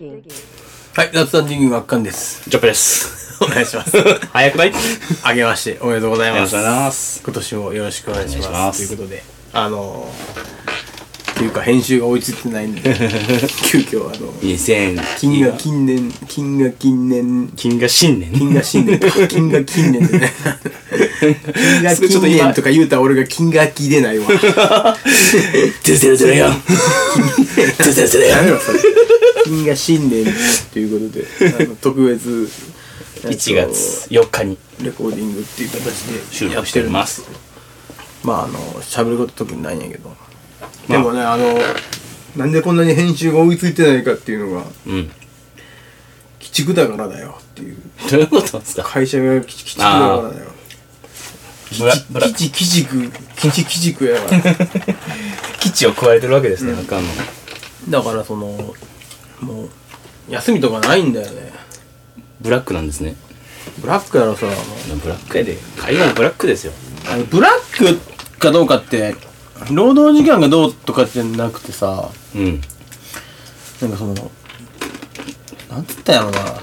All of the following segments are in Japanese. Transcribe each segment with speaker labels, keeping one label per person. Speaker 1: はい、夏さんディングがっかんです。
Speaker 2: ジョップです。
Speaker 1: お願いします。
Speaker 2: 早くない
Speaker 1: あげまして、おめでとうございます。
Speaker 2: ありがとうございます
Speaker 1: 今年もよろしくお願いします。
Speaker 2: お願いします
Speaker 1: ということで、あのー、っていうか編集が追いついてないんで、 急遽あの、
Speaker 2: ?2000
Speaker 1: 金が近年、金が近年、
Speaker 2: 金が新年
Speaker 1: 金が新年、 金が近年でね。金が
Speaker 2: すごいち
Speaker 1: 近
Speaker 2: ょっと今
Speaker 1: 年とか言うたら俺が金がき出 ないわ。
Speaker 2: トゥゼロゼロよトゥゼロゼロ
Speaker 1: やめろ、それ。金が新年ということで、あの特別、
Speaker 2: 1月4日に
Speaker 1: レコーディングっていう形で
Speaker 2: 収録しております。
Speaker 1: まああの喋ること特にないんやけど、でもねあのなんでこんなに編集が追いついてないかっていうのが
Speaker 2: うん。
Speaker 1: 鬼畜だからだよっていう
Speaker 2: どういうことなんですか
Speaker 1: 会社が鬼鬼畜だからだよ
Speaker 2: ブラ、ブラ
Speaker 1: 鬼、畜鬼畜鬼畜鬼畜やから
Speaker 2: 基地を加えてるわけですね、あかんの。
Speaker 1: だからそのもう休みとかないんだよね
Speaker 2: ブラックなんですね。
Speaker 1: ブラックやろさもう
Speaker 2: ブラックやで。会話もブラックですよ。
Speaker 1: あのブラックかどうかって労働時間がどうとかじゃなくてさ
Speaker 2: うん。
Speaker 1: なんかその、なんつったんやろな。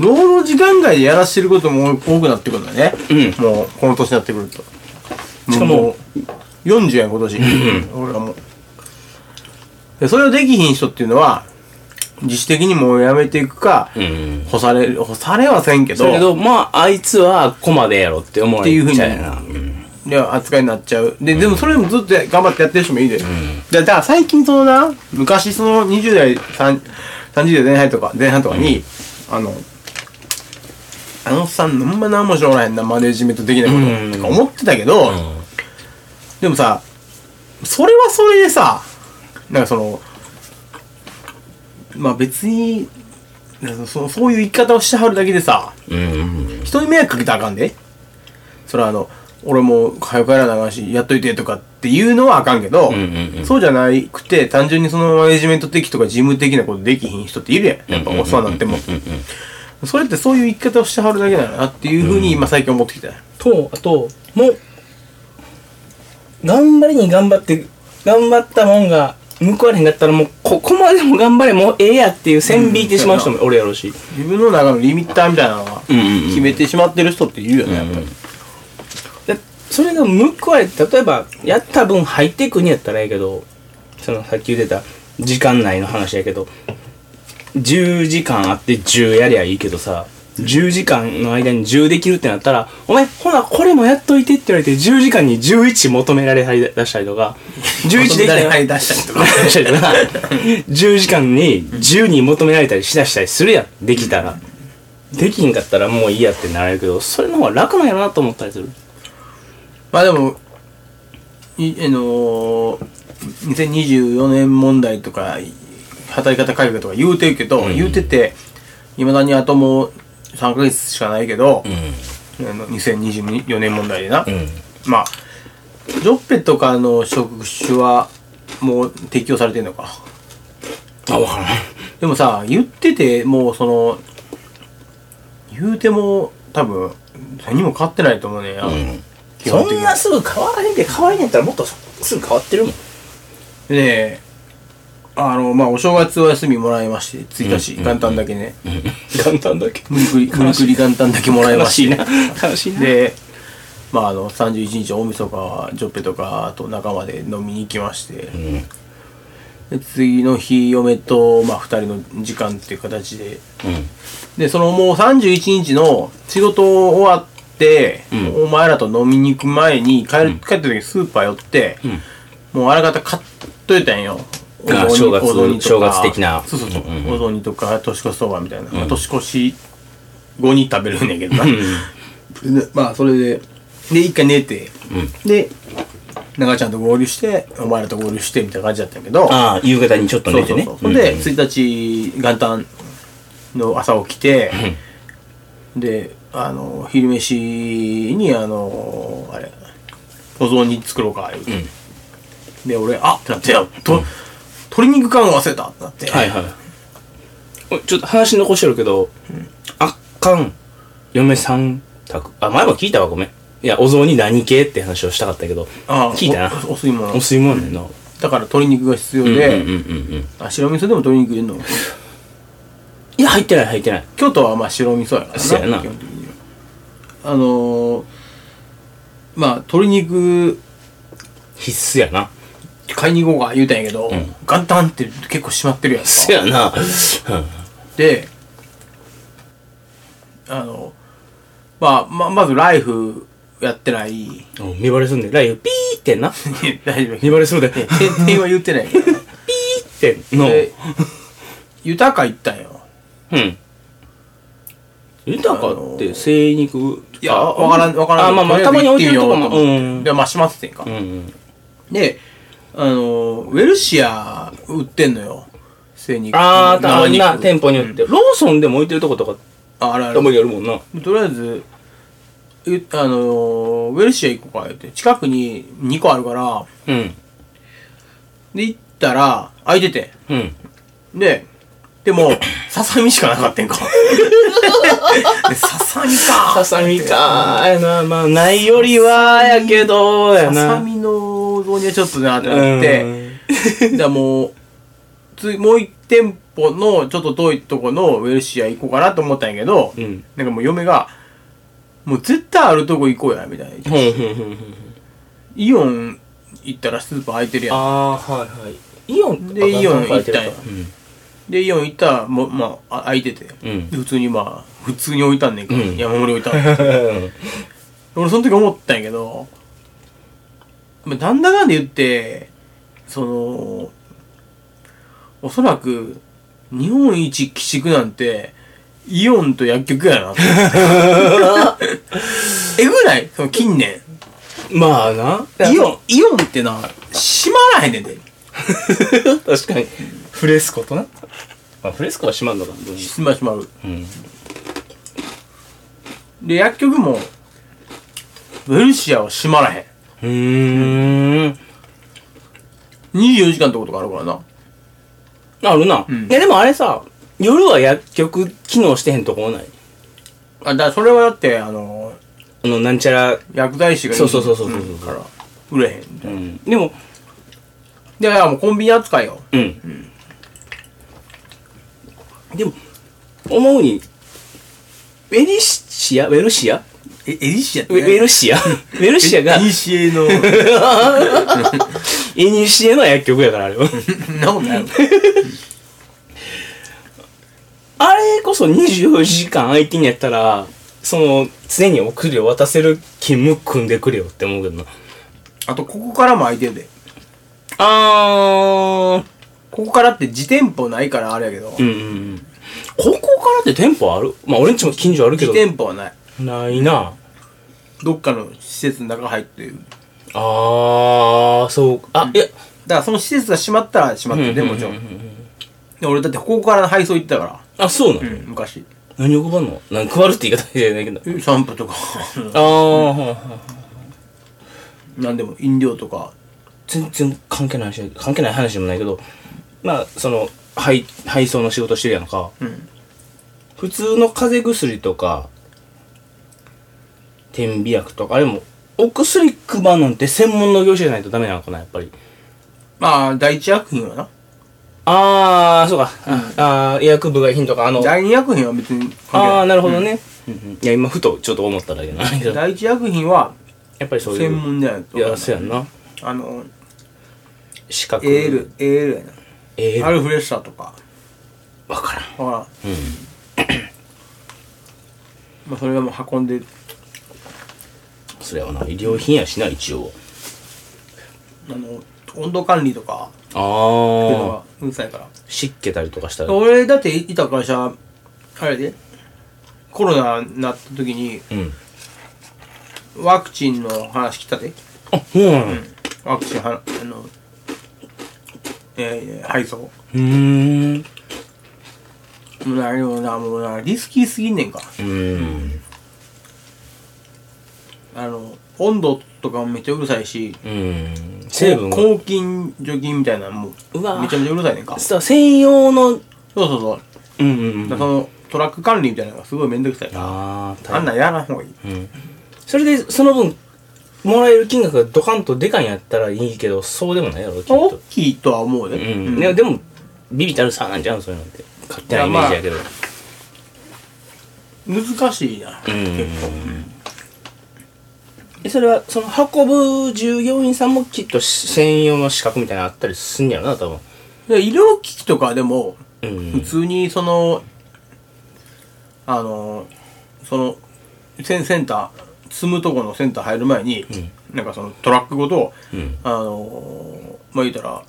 Speaker 1: 労働時間外でやらしてることも多くなってくるんだね。
Speaker 2: うん
Speaker 1: もう、この年になってくると。
Speaker 2: しかも
Speaker 1: う、40やん、今年。俺はもう。で、それをできひん人っていうのは、自主的にもうやめていくか、
Speaker 2: うん。
Speaker 1: 干される、干されはせんけど、
Speaker 2: だけど、まあ、あいつはここまでやろって思われちゃうやな。
Speaker 1: っ
Speaker 2: うん。
Speaker 1: いや扱いになっちゃうで,、でもそれでもずっとや頑張ってやってる人もいいで、でだから最近そのな昔その20代さん30代前半とか前半とかに、あのあのおっさんなんま何もしょうがないなマネジメントできないこととか思ってたけど、でもさそれはそれでさなんかそのまあ別になんかそそういう生き方をしてはるだけでさ、
Speaker 2: うん。
Speaker 1: 人に迷惑かけたらあかんで。それはあの、俺も早く帰らなあかんし、やっといてとかっていうのはあかんけど、
Speaker 2: んうんうん
Speaker 1: そうじゃなくて、単純にそのマネジメント的とか事務的なことできひん人っているやん。やっぱお世話になっても。それってそういう生き方をしてはるだけだなっていうふうに今最近思ってきたよ。
Speaker 2: と、あと、もう、頑張りに頑張って、頑張ったもんが報われへんかったら、もう、ここまでも頑張れ、もうええやっていう線引いてしまう人もおるやろうし。
Speaker 1: 自分の中のリミッターみたいなのは
Speaker 2: うんうんうん
Speaker 1: 決めてしまってる人っているよね、やっぱり。
Speaker 2: でそれが報われて、例えば、やった分入っていくんやったらええけど、その、さっき言ってた、時間内の話やけど、10時間あって10やりゃいいけどさ、10時間の間に10できるってなったら、お前、ほな、これもやっといてって言われて、10時間に11求められだしたりとか、11できた
Speaker 1: 誰
Speaker 2: よ
Speaker 1: かに出したりとか。
Speaker 2: 10時間に10に求められたりしだしたりするやんできたらできんかったらもういいやってなられるけどそれの方が楽なんやろなと思ったりする
Speaker 1: まあでも、いあのー、2024年問題とか、働き方改革とか言うてるけど、言うてて、いまだにあともう3ヶ月しかないけど、あの2024年問題でな。
Speaker 2: うん
Speaker 1: まあ、ジョッペとかの職種は、もう適用されてんのか。
Speaker 2: あ分からん
Speaker 1: でもさ、言ってて、もうその、言うても、多分、何も変わってないと思うねんや。基本
Speaker 2: そ
Speaker 1: 的に
Speaker 2: んなすぐ変わらへんって変わらへんやったらもっとすぐ変わってるもん
Speaker 1: で、あの、まあ、お正月お休みもらいまして、1日、元旦だけね。
Speaker 2: 簡単だけ
Speaker 1: 無理くり、無理くり元旦だけもらいま
Speaker 2: 悲し
Speaker 1: し
Speaker 2: いな
Speaker 1: て。
Speaker 2: 悲しいな
Speaker 1: で、まあ、あの、31日、大晦日は、ジョッペとかと仲間で飲みに行きまして、で次の日、嫁と、まあ、二人の時間っていう形で、で、そのもう31日の仕事終わって、お前らと飲みに行く前に、帰る、帰った時にスーパー寄って、もうあらかた買っといたんよ。お雑
Speaker 2: あ
Speaker 1: 煮
Speaker 2: 正月
Speaker 1: お雑煮とか
Speaker 2: 正月的な
Speaker 1: そうそうそう
Speaker 2: うんうん。
Speaker 1: お雑煮とか、年越しそばみたいな。まあ年越し後に食べるんやけどな。でまあ、それで、で、一回寝て、で、長ちゃんと合流して、お前らと合流して、みたいな感じだったんやけど、
Speaker 2: ああ夕方にちょっと
Speaker 1: そう
Speaker 2: 寝
Speaker 1: そ
Speaker 2: て
Speaker 1: う
Speaker 2: ね
Speaker 1: そう。ほんで、1日、元旦の朝起きて、で、あの、昼飯に、あの、あれ、お雑煮作ろうか、言うて。で、俺、あってなって、と、鶏肉缶を忘れたってなって。
Speaker 2: はいはいおいちょっと話残してるけど、あっかん嫁さん宅あ前は聞いたわごめんいやお雑煮何系って話をしたかったけど
Speaker 1: あ
Speaker 2: 聞いたな
Speaker 1: おおお吸い物
Speaker 2: お。吸い物やねんな
Speaker 1: だから鶏肉が必要で、
Speaker 2: うんうんうん
Speaker 1: あ、白味噌でも鶏肉入れんの
Speaker 2: 入ってない入ってない
Speaker 1: 京都はまあ白味噌やからな
Speaker 2: そうやな
Speaker 1: 基本的にはあのーまあ鶏肉
Speaker 2: 必須やな
Speaker 1: 買いに行こうか言うたんやけど、元旦って結構閉まってるやんか
Speaker 2: せやな
Speaker 1: であのまあままずライフやってないい
Speaker 2: うん見バレすんでライフピーってな
Speaker 1: や大丈夫
Speaker 2: 見
Speaker 1: や
Speaker 2: バレするで
Speaker 1: けどね店員は言 ってないから
Speaker 2: っての
Speaker 1: で豊か行ったんよ
Speaker 2: うん豊かって精肉
Speaker 1: いやわからんわからん
Speaker 2: あまあまあ
Speaker 1: り
Speaker 2: た
Speaker 1: ず
Speaker 2: まに
Speaker 1: 行っ
Speaker 2: 置いてるとこも
Speaker 1: みよう思って
Speaker 2: うん
Speaker 1: でまあ閉まっててんか、
Speaker 2: うん
Speaker 1: であのウェルシア売ってんのよ精肉
Speaker 2: ああたまに
Speaker 1: 生
Speaker 2: な
Speaker 1: 肉
Speaker 2: 店舗によってローソンでも置いてるとことか
Speaker 1: ああれあ
Speaker 2: たま
Speaker 1: れ
Speaker 2: にあるもんな
Speaker 1: とりあえずゆあのウェルシア行こうか言って近くに2個あるから
Speaker 2: うん
Speaker 1: で行ったら空いてて
Speaker 2: うん
Speaker 1: で、で も、ささみしかなかったん か。でささみか。
Speaker 2: ささみかやなまあないよりはやけどや
Speaker 1: さ
Speaker 2: な
Speaker 1: さみの像にはちょっとなってなっ
Speaker 2: う
Speaker 1: て、
Speaker 2: ん
Speaker 1: だからもう、ついもう一店舗のちょっと遠いとこのウェルシア行こうかなと思ったんやけど、
Speaker 2: うん
Speaker 1: なんかもう嫁が、もう絶対あるとこ行こうや、みたいな。
Speaker 2: ふんふんふんふん
Speaker 1: イオン行ったらスーパー空いてるやん。
Speaker 2: あーはいはいイオン
Speaker 1: でイオン行ったんや
Speaker 2: う
Speaker 1: で、イオン行ったら、もうまあ、あ空いてて。
Speaker 2: ん
Speaker 1: で普通にまあ、普通に置いたんねんから、
Speaker 2: うん
Speaker 1: 山盛り置いたんねん 俺その時思ったんやけど、まあなんだかんで言って、その、おそらく、日本一鬼畜なんて、イオンと薬局やなって。えぐないその近年。
Speaker 2: まあな
Speaker 1: イオン、イオンってな、閉まらへんねんで。
Speaker 2: ン 確かにフレスコとなまあフレスコは閉まんのかな
Speaker 1: 閉まる閉まる。
Speaker 2: うん
Speaker 1: で、薬局も、ウェルシアは閉まらへん。
Speaker 2: うーん
Speaker 1: 24時間ってことがあるからな。
Speaker 2: あるな、
Speaker 1: ん
Speaker 2: いやでもあれさ夜は薬局機能してへんとこない
Speaker 1: あ、だからそれはだって、あの、
Speaker 2: あのなんちゃら、
Speaker 1: 薬剤師がい
Speaker 2: そうそうそうそうそうそう
Speaker 1: うんから、売れへんみたいな。
Speaker 2: うん、でも
Speaker 1: いやいや、もうコンビニ扱いよ。
Speaker 2: うん、でも思うにウェルシアウェルシア
Speaker 1: え、エリシアっ
Speaker 2: ウェウェル シアウェルシアが
Speaker 1: エリシエ の、
Speaker 2: イニシエの薬局やからあれは
Speaker 1: なもんないよ。
Speaker 2: あれこそ24時間空いてんやったらその常にお薬を渡せる勤務組んでくれよって思うけどな
Speaker 1: あと、ここからも空いてるで。
Speaker 2: あー
Speaker 1: ここからって自店舗ないからあれやけど、
Speaker 2: うんうんうんここからって店舗あるまあ俺んちも近所ある
Speaker 1: 自
Speaker 2: けど
Speaker 1: 店舗はない。
Speaker 2: ないな
Speaker 1: どっかの施設の中入ってる。
Speaker 2: あーそうあいや
Speaker 1: だからその施設が閉まったら閉まってるで、もちろん。で俺だってここから配送行ってたか
Speaker 2: あそうなの、
Speaker 1: ら、うん、昔。
Speaker 2: 何を配るの何配るって言い方じゃないけど
Speaker 1: シャンプー とか、
Speaker 2: ああ、はいはい
Speaker 1: なんでも飲料とか。
Speaker 2: 全然関係ない話関係ない話でもないけどまあその配配送の仕事してるやんか
Speaker 1: うん。
Speaker 2: 普通の風邪薬とか点鼻薬とかあれもお薬配るなんて専門の業者じゃないとダメなのかなやっぱり
Speaker 1: まあ、第一薬品はな。
Speaker 2: ああそうか、ああー医薬部外品とかあの
Speaker 1: 第二薬品は別に
Speaker 2: あ
Speaker 1: 関係
Speaker 2: あな
Speaker 1: ない。
Speaker 2: るほどね、うんうんいや今ふとちょっと思っただけなんだけど
Speaker 1: 第一薬品は
Speaker 2: やっぱりそういう
Speaker 1: 専門じゃないと。
Speaker 2: いやそうやんな
Speaker 1: あの、
Speaker 2: 資格
Speaker 1: エール、エールやな。
Speaker 2: エー
Speaker 1: ア
Speaker 2: ル
Speaker 1: ルフレッシャーとか。
Speaker 2: 分からん
Speaker 1: ほら、
Speaker 2: うん
Speaker 1: まあ、それがもう運んで、
Speaker 2: それはな医療品やしな一応
Speaker 1: あの、温度管理とか、っていうの
Speaker 2: ああ
Speaker 1: がうるさいから。
Speaker 2: 湿気たりとかしたらうん
Speaker 1: 俺だっていた会社、あれで、コロナになった時に、ワクチンの話来たで。
Speaker 2: あそうなのう
Speaker 1: ワクチンは、あの、えー、配送。も
Speaker 2: ーん
Speaker 1: うな、もうな、もうな、リスキーすぎんねんか。
Speaker 2: うん
Speaker 1: あの、温度とかもめっちゃうるさいし、
Speaker 2: うん成分が
Speaker 1: 抗菌、除菌みたいなのも
Speaker 2: うわー
Speaker 1: めちゃめちゃうるさいねんか。そう
Speaker 2: さ専用のうん
Speaker 1: そうそう。
Speaker 2: うん
Speaker 1: だからそのトラック管理みたいなのがすごいめんどくさい。
Speaker 2: あー大変
Speaker 1: あんなんやらない方がいい。
Speaker 2: それでその分もらえる金額がドカンとでかいんやったらいいけどそうでもないやろきっ
Speaker 1: 大
Speaker 2: と
Speaker 1: きいとは思うね。
Speaker 2: うん
Speaker 1: うん
Speaker 2: いやでもビビたるさなんじゃんそういうのって勝手なイメージやけど
Speaker 1: 難しいな、結構
Speaker 2: えそれはその運ぶ従業員さんもきっと専用の資格みたいなのあったりすんやろな多分
Speaker 1: で医療機器とかでも、
Speaker 2: ん
Speaker 1: 普通にそのあのそのセンセンター積むとこのセンター入る前に、なんかそのトラックごと、あのまあ言うたら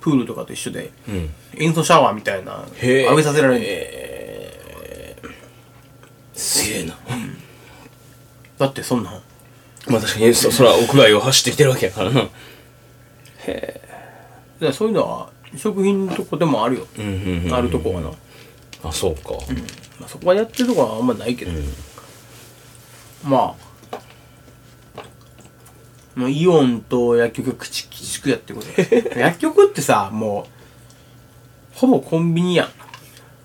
Speaker 1: プールとかと一緒で、
Speaker 2: ん
Speaker 1: 塩素シャワーみたいな
Speaker 2: へえ
Speaker 1: 浴びさせられる
Speaker 2: すげえな
Speaker 1: だってそんなん
Speaker 2: まあ確かにそそら屋外を走ってきてるわけやからな
Speaker 1: でそういうのは食品のとこでもあるよ、あるとこはな、
Speaker 2: あそうか
Speaker 1: まあ、そこはやってるとこはあんまないけど、まあもうイオンと薬局がくちくちくやってること 薬局ってさもうほぼコンビニやん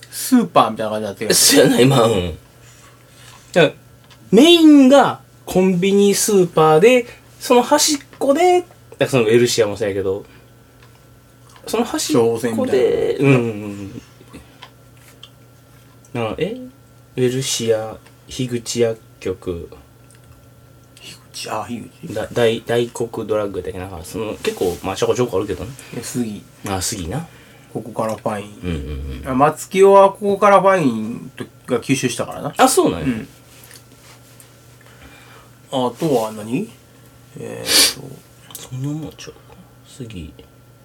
Speaker 1: スーパーみたいな感じだってる
Speaker 2: そやな今うんだからメインがコンビニスーパーでその端っこでだからそのエルシアもそうやけどその端っ
Speaker 1: 朝鮮
Speaker 2: こ
Speaker 1: みた
Speaker 2: で
Speaker 1: い
Speaker 2: うんうんうんだからえエルシア樋口薬局
Speaker 1: じゃあ樋口
Speaker 2: だ大大黒ドラッグだけなんかその結構まあちょこちょこあるけどね
Speaker 1: で杉
Speaker 2: あ杉な
Speaker 1: ここからファイ
Speaker 2: うん
Speaker 1: ン、
Speaker 2: うんうん
Speaker 1: あ松清はここからファインとが吸収したからなあ
Speaker 2: あそうなんや、
Speaker 1: んとは何えー、っ
Speaker 2: そんなもんちゃうか杉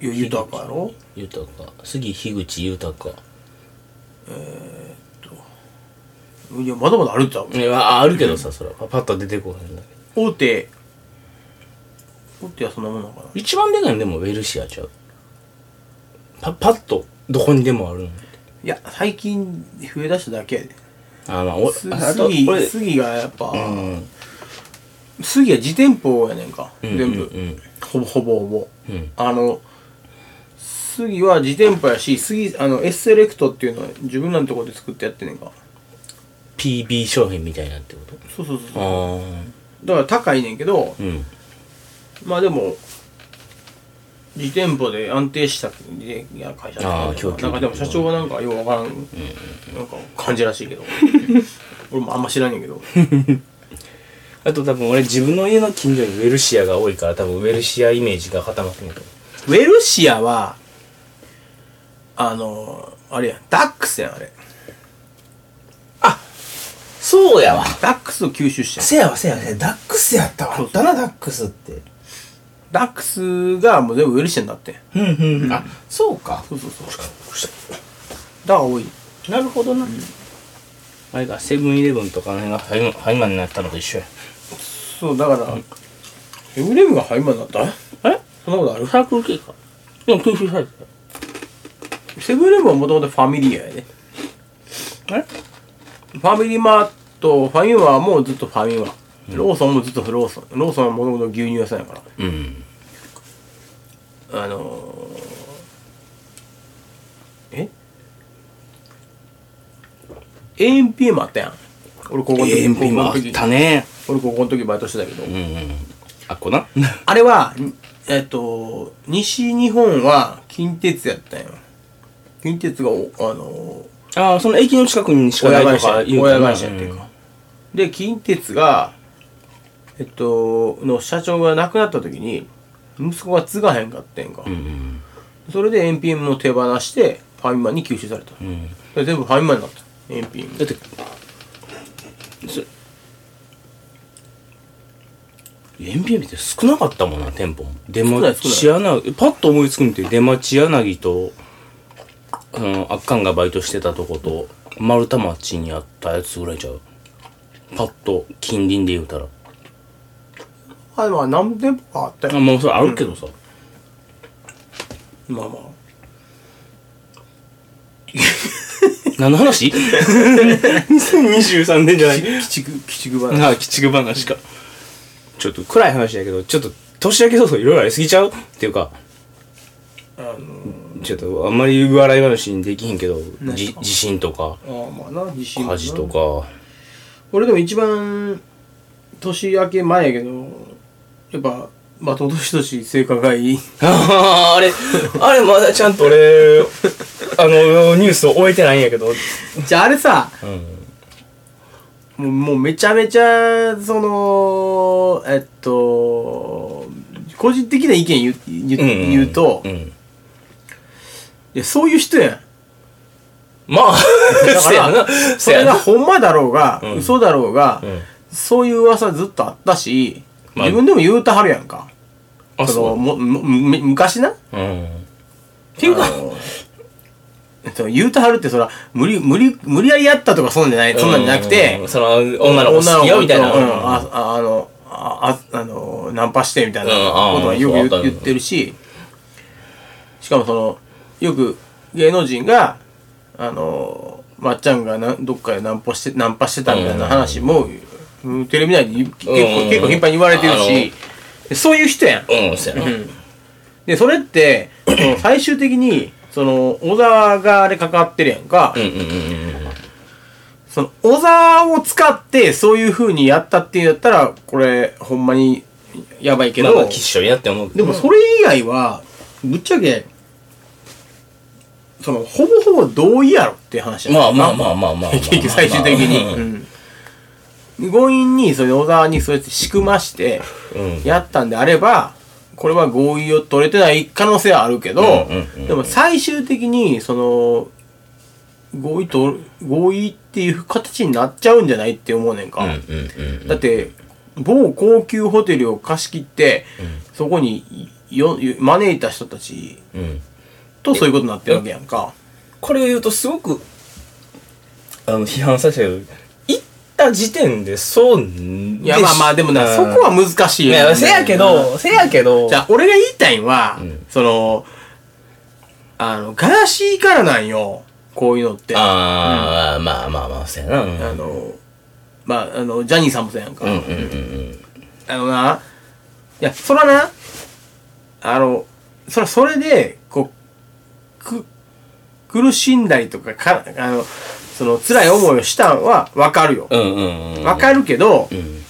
Speaker 1: といや豊かやろ
Speaker 2: 豊か杉樋口豊か
Speaker 1: いやまだまだあるんちゃう
Speaker 2: いやあるけどさ、それはパパッと出てこないんだけど
Speaker 1: 大手大手はそんなもんなのかな
Speaker 2: 一番でかいのでもウェルシアちゃうパパッとどこにでもあるの
Speaker 1: いや最近増えだしただけやで
Speaker 2: あまあ俺
Speaker 1: す
Speaker 2: ああと
Speaker 1: 杉
Speaker 2: 俺
Speaker 1: 杉がやっぱ、
Speaker 2: うん
Speaker 1: 杉は自店舗やねんか、
Speaker 2: うん
Speaker 1: 全部、
Speaker 2: うん
Speaker 1: ほぼほぼほぼ、
Speaker 2: うん
Speaker 1: あの杉は自店舗やし杉あの S セレクトっていうのは自分らのところで作ってやってんねんか
Speaker 2: PB 商品みたいなってこと
Speaker 1: そうそうそう
Speaker 2: あ
Speaker 1: そう
Speaker 2: あ
Speaker 1: だから高いねんけど、
Speaker 2: うん
Speaker 1: まあでも自店舗で安定したでや会社
Speaker 2: あ
Speaker 1: な
Speaker 2: あ供給
Speaker 1: んかでも社長はなんかようわからん、なんか感じらしいけど 俺もあんま知らんねんけど
Speaker 2: あと多分俺自分の家の近所にウェルシアが多いから多分ウェルシアイメージが固まってんだと思
Speaker 1: ウェルシアはあのあれやんダックスやんあれ
Speaker 2: うそうやわ
Speaker 1: ダックスを吸収してん
Speaker 2: せやわせやわせやダックスやったわあったなダックスって
Speaker 1: ダックスがもう全部ウェルシアになってん
Speaker 2: うんうんうんあそうか
Speaker 1: そうそうそうだから多い
Speaker 2: なるほどな、あれかセブンイレブンとかの辺がハイマハイマンになったのと一緒や
Speaker 1: そうだからセブンイレブンがハイマンになった
Speaker 2: え
Speaker 1: そんなことある
Speaker 2: サークル系かでも吸収されて
Speaker 1: セブンイレブンはもともとファミリアやね
Speaker 2: たえ
Speaker 1: ファミリーマート、ファミマはもうずっとファミマ。ローソンもずっとローソン。ローソンはもともと牛乳屋さんやか
Speaker 2: うん
Speaker 1: ら。あのー、え ?AMP もあったやん。俺高校の時。
Speaker 2: えピンもあったね
Speaker 1: 俺高校の時バイトしてたけど。
Speaker 2: うんうんあっこな
Speaker 1: あれは、んえっと、西日本は近鉄やったんよ。近鉄がお、あのー、
Speaker 2: ああその駅の近くにしかな
Speaker 1: 親
Speaker 2: い
Speaker 1: 会
Speaker 2: と
Speaker 1: 社
Speaker 2: か言う
Speaker 1: 親会社っていうか、で近鉄がえっとの社長が亡くなった時に息子が継がへんかってんか、
Speaker 2: うんうん
Speaker 1: それで NPM を手放してファミマに吸収された、
Speaker 2: うんうん
Speaker 1: で全部ファミマになった NPM
Speaker 2: だってそ NPM って少なかったもんな店舗も出
Speaker 1: ない
Speaker 2: 町
Speaker 1: 少
Speaker 2: 柳パッと思いつくんって出町柳とあのあっかんがバイトしてたとこと丸太町にあったやつぐらいちゃうパッと近隣で言うたら
Speaker 1: あれは何店舗かあった
Speaker 2: あ
Speaker 1: よ、
Speaker 2: もうそれあるけどさ、
Speaker 1: まあまあ
Speaker 2: 何 の話2023年じゃない
Speaker 1: 鬼畜鬼畜話
Speaker 2: ああ、鬼畜話か。ちょっと暗い話だけど、ちょっと年明け早々いろいろありすぎちゃうっていうか、ちょっとあんまり笑い話にできひんけど、
Speaker 1: 何
Speaker 2: じ
Speaker 1: すか
Speaker 2: 地震とか、
Speaker 1: ああまあな地震も
Speaker 2: 火
Speaker 1: な
Speaker 2: 事とか、
Speaker 1: 俺でも一番年明け前やけどやっぱ松本人志性格が いい
Speaker 2: あーあれ、あれまだち ゃんと俺、あの、ニュースを終えてないんやけど、
Speaker 1: じゃああれさ
Speaker 2: うん、
Speaker 1: もうもうめちゃめちゃそのえっと個人的な意見言う言,、
Speaker 2: ん
Speaker 1: 言うと、い
Speaker 2: ん
Speaker 1: やそういう人やん
Speaker 2: まあ
Speaker 1: だ
Speaker 2: そ
Speaker 1: か
Speaker 2: や
Speaker 1: ら
Speaker 2: な
Speaker 1: そ
Speaker 2: そ
Speaker 1: れ
Speaker 2: や
Speaker 1: が
Speaker 2: な
Speaker 1: ほんまだろうが、
Speaker 2: うん
Speaker 1: 嘘だろうが、
Speaker 2: うん
Speaker 1: そういう噂ずっとあったし、
Speaker 2: まあ
Speaker 1: 自分でも言うたはるやんか
Speaker 2: あ
Speaker 1: その
Speaker 2: そ
Speaker 1: ももむ昔な
Speaker 2: ううんっていうか
Speaker 1: あのそう言うたはるってそら無理無理無理やりやったとかそんなんじゃないそんなんじゃなくて、
Speaker 2: うんその女の子好きよみたいな
Speaker 1: 女の子とうんあああのあああのナンパしてみたいな
Speaker 2: うんあー
Speaker 1: ことはよく
Speaker 2: そうあった
Speaker 1: 言う言ってるししかもそのよく芸能人があのまっちゃんがなどっかでナンパしてナンパしてたみたいな話も、うんテレビ内で結構,、
Speaker 2: うん
Speaker 1: 結構頻繁に言われてる
Speaker 2: あ
Speaker 1: しでそういう人やん。
Speaker 2: うんそやな
Speaker 1: でそれってそ の最終的にその小沢があれ関わってるやんか。
Speaker 2: うんうんうんうん
Speaker 1: その、小沢を使って、そういう風にやったっていうんだったら、これ、ほんまに、やばいけ
Speaker 2: ま
Speaker 1: ど、
Speaker 2: あまあきっしょいなって思うけ
Speaker 1: で
Speaker 2: ど
Speaker 1: もそれ以外は、ぶっちゃけ、その、ほぼほぼ同意やろっていう話や
Speaker 2: まあまあまあまあまあまあ
Speaker 1: 結局最終的に。うん強引に、それで小沢にそうやって仕組まして、
Speaker 2: うん
Speaker 1: やったんであれば、これは合意を取れてない可能性はあるけど、
Speaker 2: うんうんうんうん
Speaker 1: でも最終的に、その、合意と、合意っていう形になっちゃうんじゃないって思うねんか。
Speaker 2: うんうんうん
Speaker 1: だって、某高級ホテルを貸し切って、そこによ招いた人たち
Speaker 2: うん
Speaker 1: とそういうことになってるわけやんか。
Speaker 2: これを言うとすごくあの批判させる行った時点でそうい
Speaker 1: いや、まあまあ、でもな、そこは難しい
Speaker 2: い
Speaker 1: よね
Speaker 2: やせやけどせやけど
Speaker 1: じゃあ、俺が言いたいんは、
Speaker 2: ん
Speaker 1: その、あの、悲しいからなんよ。こういうのって。あ
Speaker 2: あーまあまあまあせやなうんうん
Speaker 1: の、まあ、あの、ジャニーさんもそうやんか。
Speaker 2: うんうん
Speaker 1: あのな、いや、そらな、あの、そら、それで、こう、く、苦しんだりとか、か、あの、その、辛い思いをしたんはわかるよ。
Speaker 2: うんうんうん
Speaker 1: わかるけど、
Speaker 2: うん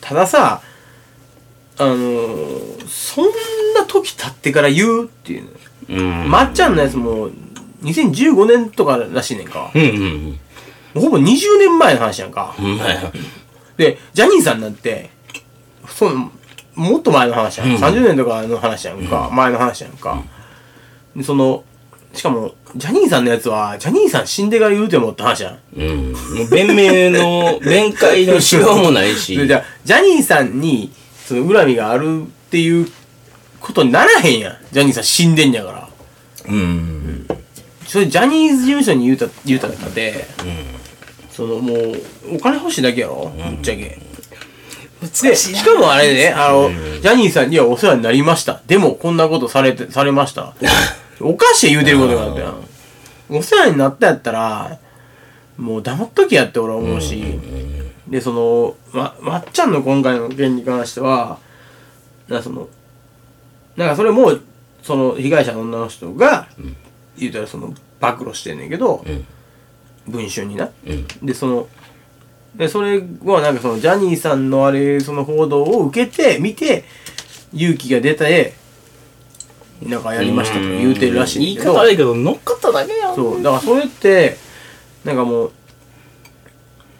Speaker 1: たださ、あのーそんな時経ってから言うっていうの。
Speaker 2: うん
Speaker 1: まっちゃんのやつも、2015年とからしいねんか。
Speaker 2: うんうん
Speaker 1: ほぼ20年前の話やんか
Speaker 2: う。んまや
Speaker 1: で、ジャニーさんなんて、そのもっと前の話やん。
Speaker 2: うん
Speaker 1: 30年とかの話やんか。前の話やんか。でその、しかも、ジャニーさんのやつは、ジャニーさん死んでから言うてもって話やん。
Speaker 2: うんもう弁明の弁解のしようもない し
Speaker 1: でじゃあジャニーさんに、その恨みがあるっていうことにならへんやん。ジャニーさん死んでんやから。
Speaker 2: うん
Speaker 1: それジャニーズ事務所に言うた、言うた中で、そのもう、お金欲しいだけやろ、ぶっちゃけ。で、しかもあれね、あの、ジャニーさんにはお世話になりました。でも、こんなことされて、されました。おかしい言うてることがあったやん。お世話になったやったら、もう黙っときやって俺は思うし、で、その、ま、まっちゃんの今回の件に関しては、なんかその、なんかそれも、その被害者の女の人が、言うたらその、暴露してんねんけど、
Speaker 2: ん
Speaker 1: 文春にな。
Speaker 2: うん
Speaker 1: で、その、で、それはなんかその、ジャニーさんのあれ、その報道を受けて、見て、勇気が出た絵、なんかやりましたとか言うてるらしいん
Speaker 2: 言い
Speaker 1: だけど
Speaker 2: 方悪いけど乗っかっただけやん
Speaker 1: そうだからそれってなんかもう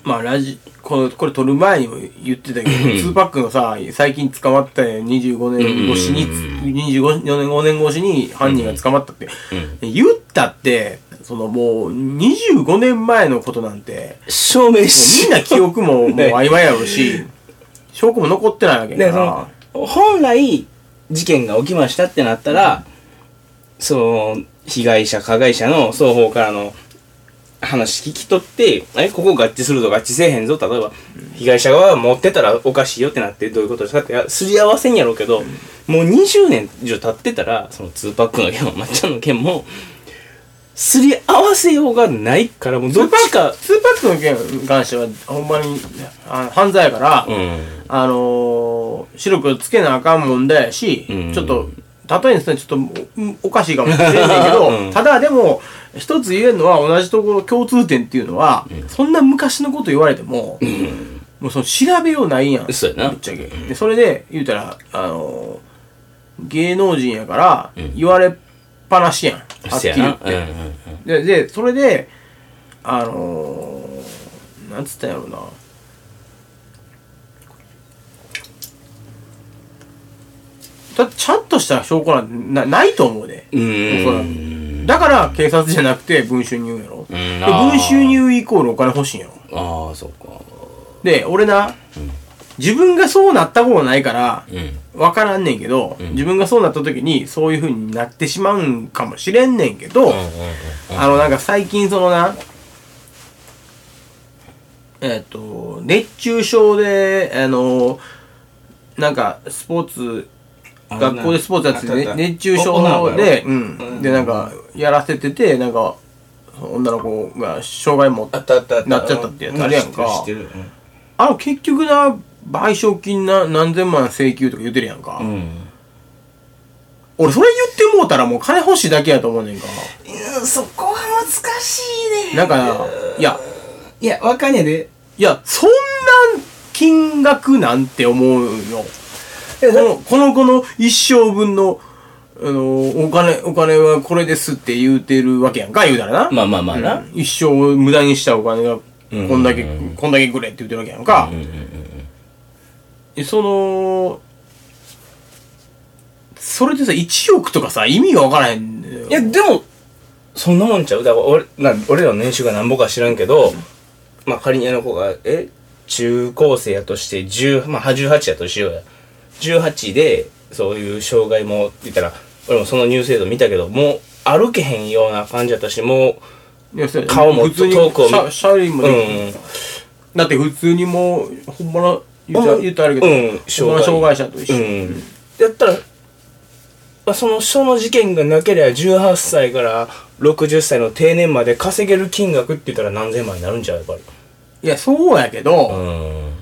Speaker 1: まあラジこのこれ撮る前にも言ってたけど2パックのさ最近捕まったよ25年越しに25年5年越しに犯人が捕まったって、言ったってそのもう25年前のことなんて
Speaker 2: 証明
Speaker 1: もう
Speaker 2: し
Speaker 1: みんな記憶 ももう
Speaker 2: ね
Speaker 1: 曖昧やろうし証拠も残ってないわけ
Speaker 2: で
Speaker 1: だ
Speaker 2: そ
Speaker 1: か
Speaker 2: の本来事件が起きましたってなったら、その被害者加害者の双方からの話聞き取ってえここ合致すると合致せえへんぞ例えば被害者側が持ってたらおかしいよってなってどういうことですかっていやすり合わせんやろうけど、もう20年以上経ってたらその2パックの件もまっちゃんの件もすり合わせようがないからもうどっち
Speaker 1: ら
Speaker 2: か、
Speaker 1: 2パックの件に関してはほんまにあ犯罪やから、
Speaker 2: うん、
Speaker 1: あのー、白くつけなあかん問題やし、
Speaker 2: うん
Speaker 1: ちょっと、例えにするとちょっとうんおかしいかもしれないけど、
Speaker 2: うん
Speaker 1: ただでも、一つ言えるのは同じところ共通点っていうのは、そんな昔のこと言われても、もうその調べようないやん。
Speaker 2: そうやな
Speaker 1: ぶっちゃけ。で、それで、言うたら、あのー、芸能人やから、言われっぱなしやん。はっき
Speaker 2: せ
Speaker 1: り
Speaker 2: や
Speaker 1: 言
Speaker 2: な
Speaker 1: っ
Speaker 2: うん
Speaker 1: て。で、でそれで、あのー、なんつったんやろうなだってちゃんとした証拠なんてなないと思うで、
Speaker 2: う
Speaker 1: おそら
Speaker 2: ーん
Speaker 1: だから警察じゃなくて文春入やろ、
Speaker 2: ん
Speaker 1: で
Speaker 2: あー
Speaker 1: 文春入イコールお金欲しいんやろ
Speaker 2: ああそうか
Speaker 1: で俺な、自分がそうなったことないから
Speaker 2: うん
Speaker 1: 分からんねんけど、自分がそうなった時にそういう風になってしまうんかもしれんねんけど、
Speaker 2: うんうん
Speaker 1: あのなんか最近そのなえっ、と熱中症であのなんかスポーツ
Speaker 2: あ
Speaker 1: 学校でスポーツやってて、
Speaker 2: あったあった
Speaker 1: 熱中症
Speaker 2: 女の子や
Speaker 1: で、
Speaker 2: ろ
Speaker 1: うん、でなんかやらせててなんか女の子が障害持っ
Speaker 2: あったあったあった
Speaker 1: なっちゃったってやつあるやんか
Speaker 2: 知ってる知ってる
Speaker 1: あの結局な賠償金な何千万請求とか言ってるやんか、
Speaker 2: うんうん
Speaker 1: 俺それ言ってもうたらもう金欲しいだけやと思うねんか
Speaker 2: うんそこは難しいね
Speaker 1: なんかないや
Speaker 2: いやわかんねえで
Speaker 1: いやそんな金額なんて思うよ
Speaker 2: いや
Speaker 1: こ
Speaker 2: だ
Speaker 1: のこの子の一生分の、あのお金お金はこれですって言うてるわけやんか言うたらな、
Speaker 2: まあまあまあな
Speaker 1: うん一生無駄にしたお金が
Speaker 2: うん
Speaker 1: こんだけ、こんだけくれって言ってるわけやんか、
Speaker 2: うんうんうん
Speaker 1: そのそれでさ1億とかさ意味が分からへんのよ
Speaker 2: いや、でも、そんなもんちゃう。だから俺な俺らの年収がなんぼか知らんけど、まあ仮にあの子が、え、中高生やとして、10まあ18やとしようや。18で、そういう障害も、言ったら、俺もそのニュース制度見たけど、もう歩けへんような感じやったし、も
Speaker 1: いやそれ
Speaker 2: 顔も
Speaker 1: 普通に
Speaker 2: トークを見
Speaker 1: シャシャリ
Speaker 2: う、
Speaker 1: も
Speaker 2: う
Speaker 1: で
Speaker 2: ん
Speaker 1: きる、だって普通にもうほんまの言うた
Speaker 2: うん
Speaker 1: 言うたらあるけど、
Speaker 2: うん
Speaker 1: ほんまの障害者と一
Speaker 2: う
Speaker 1: 緒、
Speaker 2: ん、うん。やったら、まあそのその事件がなければ18歳から60歳の定年まで稼げる金額って言ったら何千万になるんちゃうやっぱり。
Speaker 1: いやそうやけ
Speaker 2: う
Speaker 1: ど、
Speaker 2: ん。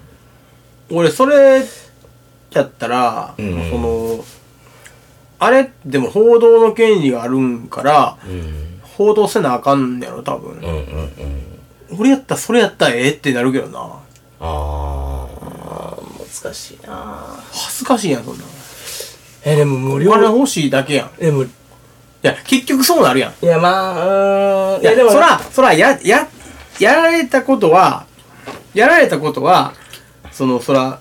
Speaker 1: 俺それやったら、
Speaker 2: うん
Speaker 1: そのあれでも報道の権利があるんから
Speaker 2: うん
Speaker 1: 報道せなあかんねやろ多分、
Speaker 2: うんうんうん
Speaker 1: 俺やったらそれやったらええってなるけどな
Speaker 2: ああ難しいな
Speaker 1: 恥ずかしいやんそんなん
Speaker 2: えでも無
Speaker 1: お金
Speaker 2: 料
Speaker 1: 欲しいだけやんい
Speaker 2: でもい
Speaker 1: や結局そうなるやん
Speaker 2: やまあうーん
Speaker 1: いや
Speaker 2: でも
Speaker 1: そらそらやややられたことはやられたことはそのそら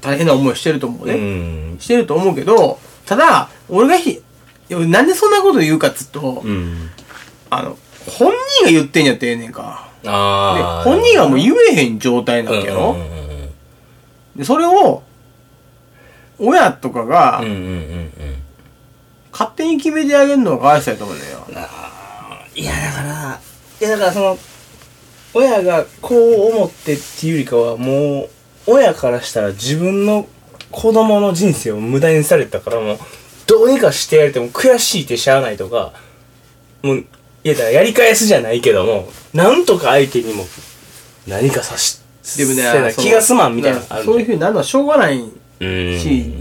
Speaker 1: 大変な思いしてると思う
Speaker 2: う
Speaker 1: ね、
Speaker 2: ん
Speaker 1: してると思うけどただ俺がひいやなんでそんなこと言うかっつうと、
Speaker 2: うん
Speaker 1: あの本人が言ってんやってええねんかで
Speaker 2: ああ
Speaker 1: 本人がもう言えへん状態なわけよ、
Speaker 2: うんうん
Speaker 1: でそれを親とかが
Speaker 2: うんうんうんうん
Speaker 1: 勝手に決めてあげるのがかわいそうやと思うんだよ、
Speaker 2: いやだからいやだからその親がこう思ってっていうよりかはもう親からしたら自分の子供の人生を無駄にされたからもうどうにかしてやれても悔しいってしゃあないとかもういやだからやり返すじゃないけどもなんとか相手にも何かさし
Speaker 1: でもね
Speaker 2: せな
Speaker 1: その
Speaker 2: 気が済まんみたいなのあるじ
Speaker 1: そ
Speaker 2: ゃん
Speaker 1: ういうふうになるのはしょうがないし、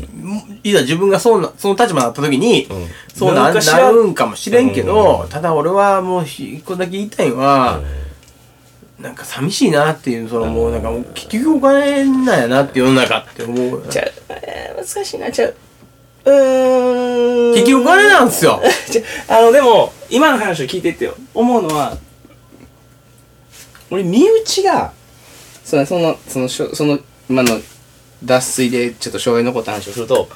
Speaker 1: いざ自分がそうなその立場になった時に、
Speaker 2: うん
Speaker 1: そうな
Speaker 2: なんかしら
Speaker 1: なるんかもしれんけど、
Speaker 2: うん
Speaker 1: ただ俺はもう一個だけ言いたいのは、なんか寂しいなっていうそのもうなんかもう結局お金なんやなって世の中って思う
Speaker 2: じゃあえー難しいなじゃあうーん
Speaker 1: 結局お金なんすよ
Speaker 2: ちょあのでも今の話を聞いてって思うのは俺身内がそのそのそのしょその今の脱水でちょっと障害残った話をすると、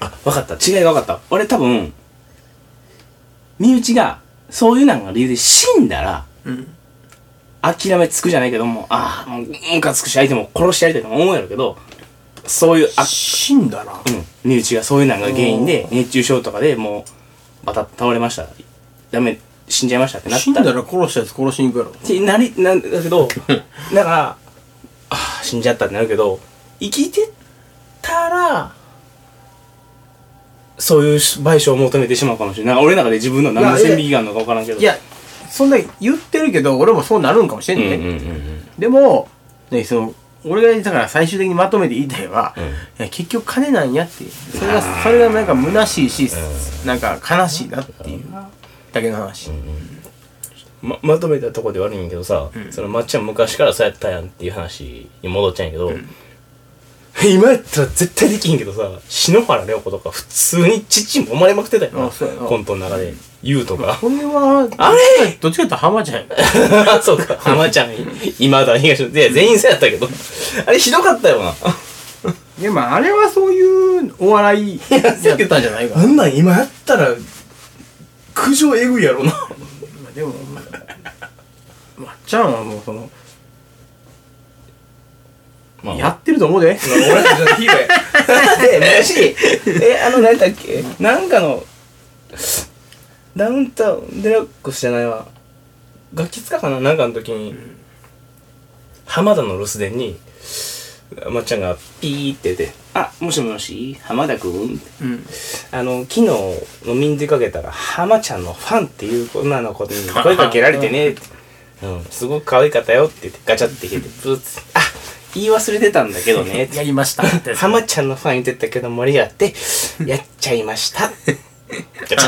Speaker 2: あ分かった違いが分かった俺多分身内がそういうなんが理由で死んだら
Speaker 1: うん
Speaker 2: 諦めつくじゃないけどもああもうムカつくし相手も殺してやりたいとも思うやろうけどそういうあ
Speaker 1: 死んだな
Speaker 2: うん、身内がそういうのが原因で熱中症とかでもうバタッと倒れましたダメ死んじゃいましたってなった
Speaker 1: 死んだら殺したやつ殺しに行くやろ
Speaker 2: ってなりなんだけ どだからああ死んじゃったってなるけど生きてたらそういう賠償を求めてしまうかもしれないなんか俺の中で自分の何の線引きがあるのか分からんけど
Speaker 1: いやそんな言ってるけど俺もそうなるんかもしれ
Speaker 2: うん
Speaker 1: ね、
Speaker 2: んうんうん
Speaker 1: でも、ね、その俺がだから最終的にまとめて言いたいのは、
Speaker 2: うん
Speaker 1: いや結局金なんやっていうそれがそれがなんか虚しいし、なんか悲しいなっていうだけの話、
Speaker 2: ままとめたとこで悪いんやけどさ、そのまっちゃん昔からそうやったやんっていう話に戻っちゃうんやけど、今やったら絶対できひんけどさ篠原涼子とか普通に父も生まれまくってたよ
Speaker 1: あそうやな
Speaker 2: なコントの中で、言うとか。
Speaker 1: これは、
Speaker 2: あれ
Speaker 1: どっちかっていうと浜ちゃんやん。
Speaker 2: そうか、浜ちゃん、今だ、東野。いや、全員そうやったけど。あれ、ひどかったよな。
Speaker 1: いや、まあ、あれはそういうお笑いやったんじゃないか
Speaker 2: あ
Speaker 1: な。
Speaker 2: んなん今やったら、苦情えぐいやろな。
Speaker 1: まあでも、まあっちゃんはもうその、
Speaker 2: ま
Speaker 1: やってると思うで。
Speaker 2: 俺たちのヒーローや。で、昔、え、あの、何だっけなんかの、ダウンタウンデラックスじゃないわ。ガキ使かななんかの時に、浜田の留守電に、まっちゃんがピーって出て、あ、もしもし、浜田くん
Speaker 1: うん。
Speaker 2: あの、昨日飲みに出かけたら、浜ちゃんのファンっていう女の子に声かけられてねって、うん、すごく可愛かったよって言って、ガチャって引いて、ブーツ、あ、言い忘れてたんだけど ねって
Speaker 1: やりましたって。
Speaker 2: 浜ちゃんのファン言ってたけど盛り上が って、やっちゃいました。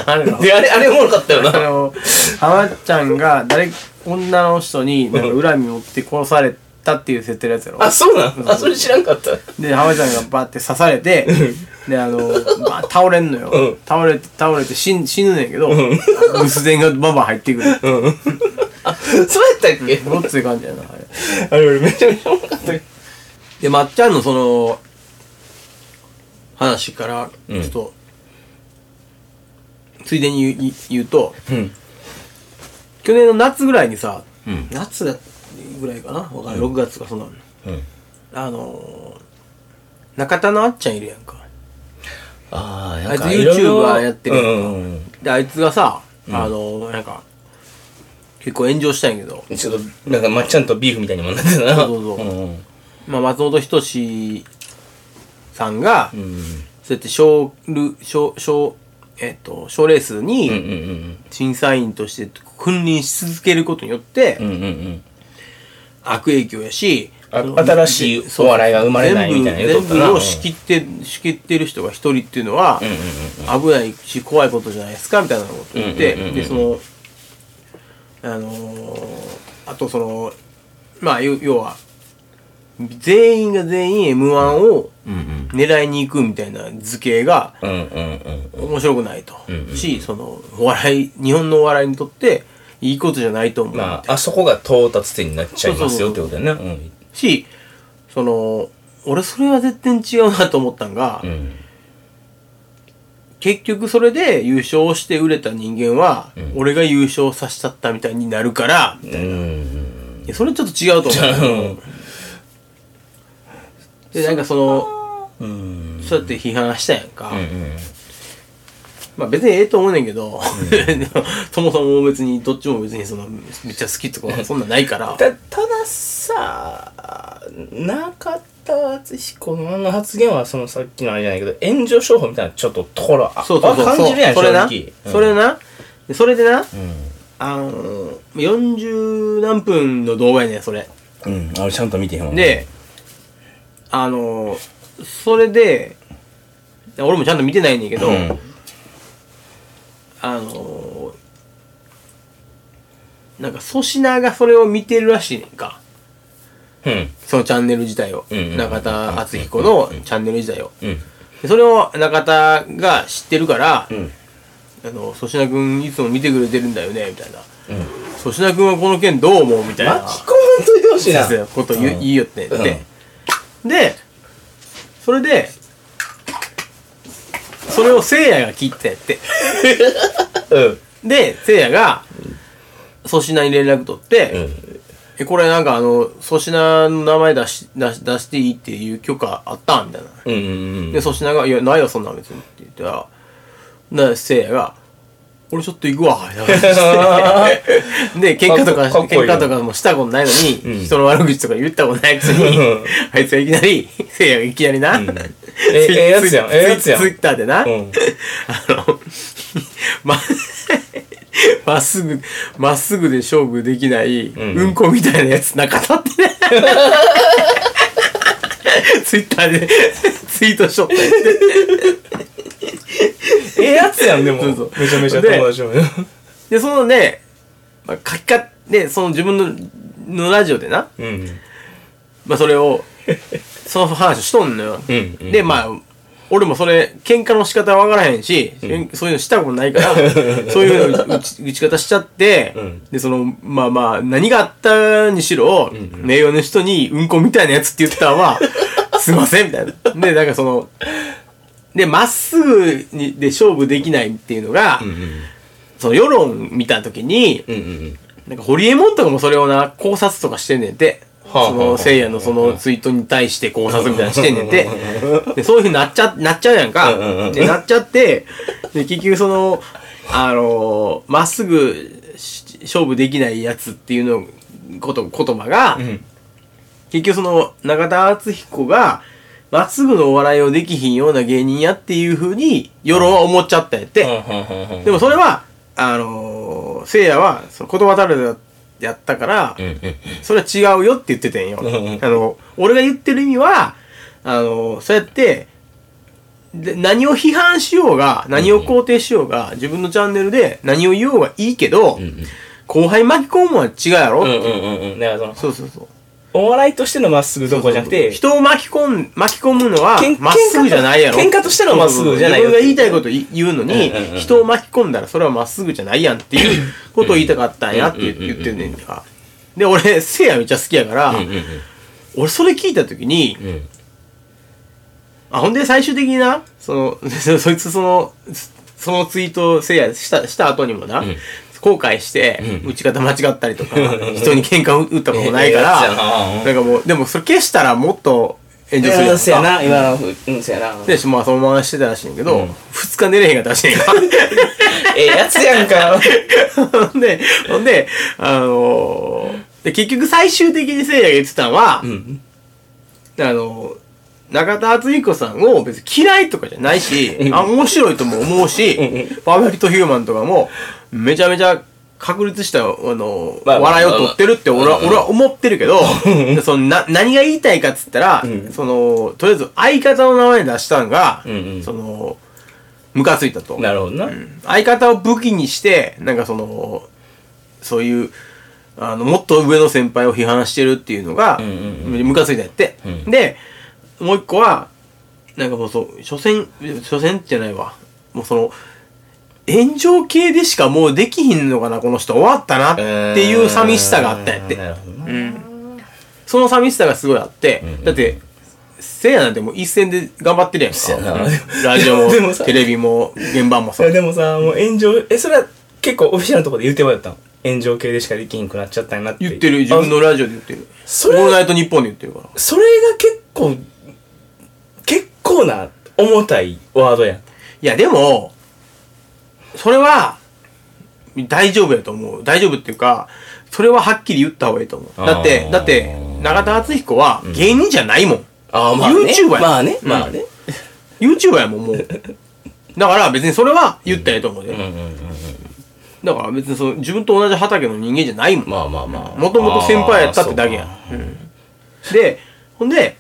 Speaker 1: あるの
Speaker 2: で、あれ、あれおもろかったよ
Speaker 1: あ
Speaker 2: な。
Speaker 1: の、浜ちゃんが誰、女の人になんか恨みを負って殺されたっていう設定のやつやろ。
Speaker 2: あ、そうなんあ、それ知らんかった。
Speaker 1: で、浜ちゃんがバーって刺されて、で、あの、バーッ倒れんのよ。
Speaker 2: うん
Speaker 1: 倒れて、倒れて死ん死ぬねんやけど、留守電がバンバン入ってくる。
Speaker 2: あ、そうやったっけ、
Speaker 1: ごっつい感じやな、あれ。
Speaker 2: あれ、俺めちゃめちゃおもろかった。
Speaker 1: で、まっちゃんのその、話から、ちょっと、ついでに言う言うと、
Speaker 2: うん。
Speaker 1: 去年の夏ぐらいにさ、
Speaker 2: うん
Speaker 1: 夏だぐらいかなわかる、6月かそんなの
Speaker 2: うん。
Speaker 1: あのー、中田のあっちゃんいるやんか
Speaker 2: ああ、
Speaker 1: なんかいろいろ YouTuber やってるや
Speaker 2: うんん
Speaker 1: か
Speaker 2: うん
Speaker 1: であいつがさ、あのー、なんか結構炎上したんやけど
Speaker 2: うん。ちょっと、なんか、まっちゃんとビーフみたいにもなってたな。
Speaker 1: そうそうそうん
Speaker 2: ん。
Speaker 1: まあ、松本人志さんが、
Speaker 2: うん。
Speaker 1: そうやって賞ル賞賞えっと賞レース
Speaker 2: うん
Speaker 1: に
Speaker 2: うん
Speaker 1: 審査員として君臨し続けることによって、
Speaker 2: うん。うんうんうん。
Speaker 1: 悪影響やし
Speaker 2: あ
Speaker 1: その
Speaker 2: 新しいお笑いが生まれないみたいな言う
Speaker 1: 全
Speaker 2: と
Speaker 1: 部
Speaker 2: ったな
Speaker 1: 全部を仕切って仕切ってる人が一人っていうのは、
Speaker 2: うんうん
Speaker 1: 危ないし怖いことじゃないですかみたいなことを言って、
Speaker 2: うんうんうんうん
Speaker 1: でそのあのーあとそのまあ要要は全員が全員 m 1を
Speaker 2: うん。
Speaker 1: 狙いに行くみたいな図形が
Speaker 2: うんうんうんうん。
Speaker 1: 面白くないと、
Speaker 2: うんうん
Speaker 1: しそのお笑い日本のお笑いにとっていいことじゃないと思う、
Speaker 2: まあ、あそこが到達点になっちゃいますよってことだよね。
Speaker 1: しその俺それは絶対に違うなと思ったんが、
Speaker 2: うん。うん。
Speaker 1: 結局それで優勝して売れた人間は、俺が優勝させちゃったみたいになるから、
Speaker 2: うん。
Speaker 1: いやそれちょっと違うと 思う。で、なんかその、
Speaker 2: うん。
Speaker 1: そうやって批判したやんか。
Speaker 2: うん
Speaker 1: まあ別にええと思うねんけど、 そもそも別にどっちも別にその、めっちゃ好きとかそんなんない から。
Speaker 2: たたださ中田敦彦のあの発言はそのさっきのあれじゃないけど炎上商法みたいなちょっとところあ
Speaker 1: そうそうそう。
Speaker 2: 感じるやん
Speaker 1: それな
Speaker 2: 正直、
Speaker 1: それな、でそれでな、
Speaker 2: う
Speaker 1: あの、40何分の動画やねん、それ。
Speaker 2: ん、うん、俺ちゃんと見てへんもん
Speaker 1: で、あのーそれで、俺もちゃんと見てないんだけど、
Speaker 2: うん
Speaker 1: あのーなんか粗品がそれを見てるらしいねんか。
Speaker 2: うん
Speaker 1: そのチャンネル自体を。
Speaker 2: うんうんうん
Speaker 1: 中田敦彦のチャンネル自体を。
Speaker 2: うん
Speaker 1: でそれを中田が知ってるから、
Speaker 2: うん
Speaker 1: あの、粗品くんいつも見てくれてるんだよね、みたいな。
Speaker 2: うん
Speaker 1: 粗品くんはこの件どう思うみたいな。
Speaker 2: 巻き込まんといてほしいな
Speaker 1: そうそうこと言,、う
Speaker 2: うん
Speaker 1: 言いよって、
Speaker 2: うん
Speaker 1: ででそれでそれをせいやが切ったやって
Speaker 2: うん
Speaker 1: でせいやが粗品に連絡取って、
Speaker 2: うん
Speaker 1: えこれなんかあの粗品の名前出し出し出していいっていう許可あったみたいな
Speaker 2: うんうん
Speaker 1: で粗品が「いやないよそんなん別に」って言ったらなせいやが「俺ちょっと行くわ」みたいな感じで で、喧嘩とか、
Speaker 2: かっこいい
Speaker 1: 喧嘩とかもしたことないのに、
Speaker 2: うん
Speaker 1: 人の悪口とか言ったことないくせに
Speaker 2: うん、
Speaker 1: あいつはいきなり、せいやがいきなりな、
Speaker 2: んえええやつやんええやつやん
Speaker 1: ツイッターでな、
Speaker 2: うん
Speaker 1: あの、 ま、まっすぐ、まっすぐで勝負できない、うん
Speaker 2: ん
Speaker 1: こみたいなやつなかったってね。ツイッターでツイートしとったんやって
Speaker 2: ええやつやんでも
Speaker 1: そうそう
Speaker 2: めちゃめちゃ友達もね
Speaker 1: で、そのね、まあ、書きか、で、その自分の、のラジオでな、
Speaker 2: うん
Speaker 1: まあそれを、その話をしとんのよ。
Speaker 2: うんうん
Speaker 1: で、まあ、俺もそれ、喧嘩の仕方わからへんし、そういうのしたことない から、そういうの打ち打ち方しちゃって、
Speaker 2: うん
Speaker 1: で、その、まあまあ、何があったにしろ、名誉の人に、うんこみたいなやつって言ったんは、すいません、みたいな。で、なんかその、で、まっすぐにで勝負できないっていうのが、その世論見た時に、
Speaker 2: うんうん
Speaker 1: なんか、ホリエモンとかもそれをな、考察とかしてんねんて。
Speaker 2: はあ
Speaker 1: その、せいやのそのツイートに対して考察みたいなのしてんねんて。で、そういうふうになっちゃ、なっちゃうやん
Speaker 2: うんうんう
Speaker 1: か。
Speaker 2: ん
Speaker 1: で、なっちゃって、で、結局その、あのーまっすぐし勝負できないやつっていうの、こと、言葉が、
Speaker 2: ん
Speaker 1: 結局その、中田敦彦が、まっすぐのお笑いをできひんような芸人やっていうふうに、世論は思っちゃったんやって。
Speaker 2: うん
Speaker 1: でもそれは、あのー、せいやは、その言葉たるやったから、
Speaker 2: うんうん
Speaker 1: それは違うよって言っててんよ。
Speaker 2: んうん
Speaker 1: あの、俺が言ってる意味は、あのー、そうやって、で何を批判しようが、何を肯定しようが、自分のチャンネルで何を言おうがいいけど、
Speaker 2: ん
Speaker 1: 後輩巻き込むのは違うやろ、
Speaker 2: うんうんうんだからその
Speaker 1: そうそうそう。
Speaker 2: お笑いとしてのまっすぐどころじゃなくて
Speaker 1: 人を巻き込む、巻き込むのは
Speaker 2: けん、
Speaker 1: まっすぐじゃないやろ。
Speaker 2: 喧嘩と喧嘩としてのまっすぐじゃない
Speaker 1: 自
Speaker 2: よ
Speaker 1: 分が言いたいことい言うのに
Speaker 2: うんうんうん、
Speaker 1: 人を巻き込んだらそれはまっすぐじゃないやんっていう ことを言いたかったんやって言
Speaker 2: うんうんうん
Speaker 1: 言ってんねんか。で、俺、せいやめっちゃ好きやから、
Speaker 2: うんうん
Speaker 1: 俺それ聞いたときに、
Speaker 2: うん
Speaker 1: あ、ほんで最終的にな、その、 そそいつその、そそのツイートをせいやした、した後にもな、
Speaker 2: ん
Speaker 1: 後悔して、打ち方間違ったりとか、人に喧嘩を打ったことないか
Speaker 2: ええやつや
Speaker 1: ら、
Speaker 2: な
Speaker 1: なんかもう、でもそれ消したらもっと炎上するや
Speaker 2: うんん
Speaker 1: か
Speaker 2: せやな今のうんせやな
Speaker 1: で、まあ、そのまましてたらしいんやけど、二日寝れへんかったらしいんや。
Speaker 2: ええやつやんか
Speaker 1: ほんで、ほんで、あのーで、結局最終的にせいやが言ってたのは、
Speaker 2: ん
Speaker 1: あのー中田敦彦さんを別に嫌いとかじゃないし、あ、面白いとも思うし、パーフェクトヒューマンとかも、めちゃめちゃ確立した、あのー
Speaker 2: まあまあ
Speaker 1: 笑いを取ってるって俺は、
Speaker 2: まあまあ
Speaker 1: 俺は思ってるけど、そのな、何が言いたいかっつったら、
Speaker 2: ん
Speaker 1: その、とりあえず相方の名前出したんが、
Speaker 2: うんうん
Speaker 1: その、ムカついたと。
Speaker 2: なるほどな
Speaker 1: 相方を武器にしてなんかそのそういうあのもっと上の先輩を批判してるっていうのが
Speaker 2: ん
Speaker 1: ムカついたやって、
Speaker 2: うん
Speaker 1: でもう一個はなんかもうそう所詮所詮じゃないわもうその炎上系でしかもうできひんのかなこの人終わったなっていう寂しさがあったんやって
Speaker 2: なるほどな
Speaker 1: その寂しさがすごいあって、
Speaker 2: ん
Speaker 1: だってせいやなんてもう一戦で頑張ってるやん
Speaker 2: せやな
Speaker 1: かラジオ
Speaker 2: で
Speaker 1: も
Speaker 2: もさ
Speaker 1: テレビも現場も
Speaker 2: そ
Speaker 1: さ
Speaker 2: れでもさもう炎上えそれは結構オフィシャルのところで言うてもらったの炎上系でしかできんくなっちゃったんやなって
Speaker 1: 言ってる自分のラジオで言ってる「
Speaker 2: そ
Speaker 1: オ
Speaker 2: れ
Speaker 1: ールナイトニッポン」で言ってるから
Speaker 2: あそれが結構結構な重たいワードやん
Speaker 1: いやでもそれは大丈夫やと思う大丈夫っていうかそれははっきり言った方がいいと思うだって
Speaker 2: あー
Speaker 1: だって永田敦彦は芸人じゃないもん、
Speaker 2: あ
Speaker 1: まあね
Speaker 2: YouTuber や
Speaker 1: まあね
Speaker 2: うん
Speaker 1: まあね YouTuber やもんもうだから別にそれは言ったらいいと思うで、
Speaker 2: うんうんうん
Speaker 1: だから別にその自分と同じ畑の人間じゃないもん
Speaker 2: まあまあまあ
Speaker 1: もともと先輩やったってだけやん
Speaker 2: あー
Speaker 1: うんでほんで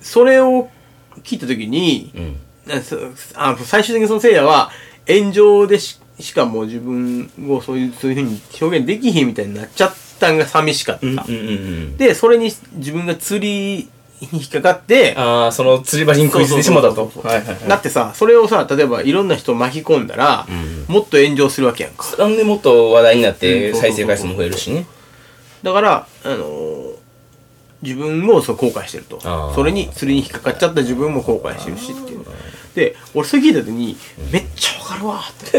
Speaker 1: それを聞いた時に、
Speaker 2: うん
Speaker 1: なそあ最終的にそのせいやは炎上でししかもう自分をそういうそういうふうに表現できひんみたいになっちゃったんが寂しかった、
Speaker 2: うんうんうん
Speaker 1: でそれに自分が釣りに引っかかって
Speaker 2: ああその釣り針に食いついてしまったと
Speaker 1: そうそうそうそう
Speaker 2: はいはい
Speaker 1: だ
Speaker 2: はい
Speaker 1: ってさそれをさ例えばいろんな人を巻き込んだら、もっと炎上するわけやんか
Speaker 2: なんでもっと話題になっ
Speaker 1: う
Speaker 2: て
Speaker 1: んそうそうそう
Speaker 2: 再生回数も増えるしね
Speaker 1: だからあのー自分もそう後悔してると
Speaker 2: あー
Speaker 1: それに釣りに引っかかっちゃった自分も後悔してるしっていうで俺それ聞いた時にめっちゃわかるわーって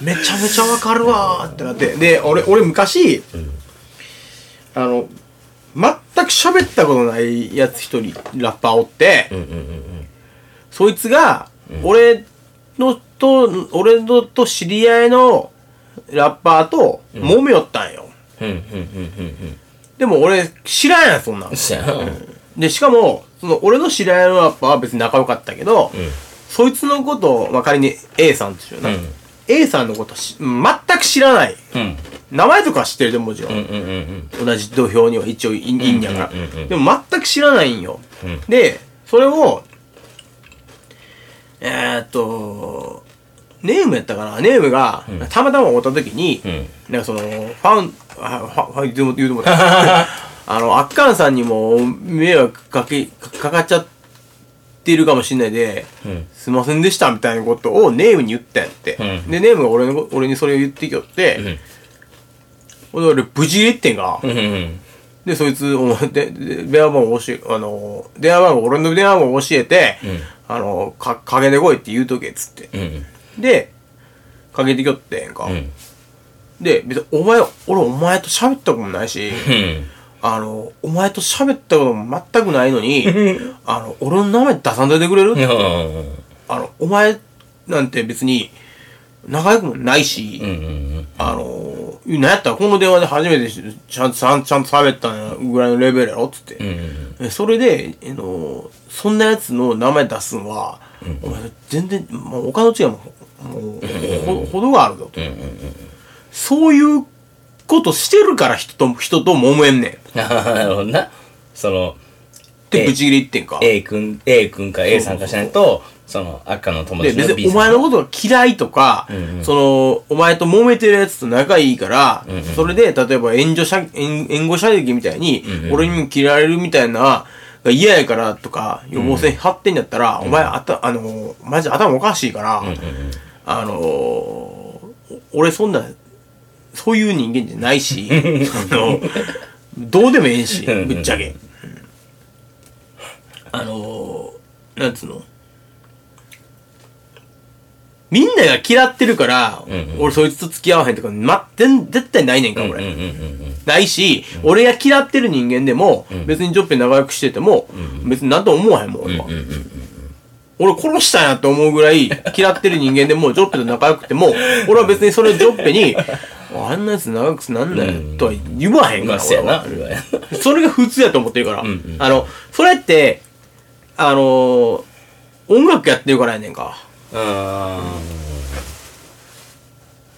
Speaker 1: めちゃめちゃわかるわーってなってで俺俺昔あの全く喋ったことないやつ一人ラッパーおって、
Speaker 2: うんうんうん
Speaker 1: そいつが、俺のと、俺のと知り合いのラッパーと揉めよったんよ。
Speaker 2: うんうんうんうんうん
Speaker 1: でも俺知らんやん、そんなん
Speaker 2: うん。そやな
Speaker 1: で、しかも、その俺の知り合いのラッパーは別に仲良かったけど、そいつのことを、まあ、仮に A さんとしような、
Speaker 2: うん
Speaker 1: A さんのことし全く知らない。
Speaker 2: うん
Speaker 1: 名前とかは知ってるでもちろん。
Speaker 2: うんうんうん
Speaker 1: 同じ土俵には一応いいんやから
Speaker 2: うんうんうんう。ん
Speaker 1: でも全く知らないんよ。
Speaker 2: うん
Speaker 1: で、それを、えーっと、ネームやったかなネームが、たまたまおった時に、
Speaker 2: うん
Speaker 1: なんかその、ファン、あ、ファン、ファン言うても、言 うてもうたあの、あっかんさんにも迷惑かけ、かかっちゃっっているかもしれないで、
Speaker 2: うん
Speaker 1: すいませんでしたみたいなことをネームに言ったんやって。
Speaker 2: うん
Speaker 1: で、ネームが俺のこ俺にそれを言ってきよって、俺、俺、無事入れってんが、
Speaker 2: うんうん
Speaker 1: で、そいつ、お前で、で電話番号教え、あの、電話番号、俺の電話番号教えて、あの、か、かけてこいって言うとけっつって。
Speaker 2: うん
Speaker 1: で、かけてきよってんか。
Speaker 2: ん
Speaker 1: で、別に、お前、俺、お前と喋ったこともないし、
Speaker 2: うん
Speaker 1: あの、お前と喋ったことも全くないのに、あの、俺の名前出さんといてくれる、あの、お前なんて別に、仲良くもないし、あの、なんやったらこの電話で初めてしちゃんと、ちゃんちゃんと喋ったぐらいのレベルやろっつって。えそれで、あの、そんなやつの名前出すんは、お前全然、もう他の違いも、もう、ほほどがあるぞと。そういうことしてるから人と、人と揉めんねん。
Speaker 2: なるほどな。その、
Speaker 1: で、
Speaker 2: え
Speaker 1: ぶち切りってんか。
Speaker 2: A 君、A 君か A さんかしないと、その、赤の友
Speaker 1: で、
Speaker 2: 達
Speaker 1: 別
Speaker 2: の B
Speaker 1: にお
Speaker 2: さんか。
Speaker 1: 前のことが嫌いとか、その、お前と揉めてるやつと仲いいから、それで、例えば援助者、援援護射撃みたいに、俺にも嫌われるみたいな、が嫌やからとか、予防線張ってんやったら、お前、あた、あの、マジ頭おかしいから、あの、お俺そんな、そういう人間じゃない し、あの、どうでもええし、
Speaker 2: うんうん
Speaker 1: ぶっちゃけ。うんあのー、なんつうのみんなが嫌ってるから、俺そいつと付き合わへんとか、ま、全絶対ないねんか、
Speaker 2: うん
Speaker 1: 俺。
Speaker 2: うんうん
Speaker 1: ないし、俺が嫌ってる人間でも、別にジョッペ仲良くしてても、別になんとも思わへんもん、俺は。俺殺したんやと思うぐらい嫌ってる人間でも、ジョッペと仲良くても、俺は別にそれジョッペに、 あんなやつ長くなんなよ、とは言わへ
Speaker 2: うんん。
Speaker 1: か
Speaker 2: まあ、
Speaker 1: ら、
Speaker 2: そうや
Speaker 1: 俺は
Speaker 2: な。俺は
Speaker 1: それが普通やと思ってるから。
Speaker 2: ん
Speaker 1: あの、それって、あのー音楽やってるからやねんか。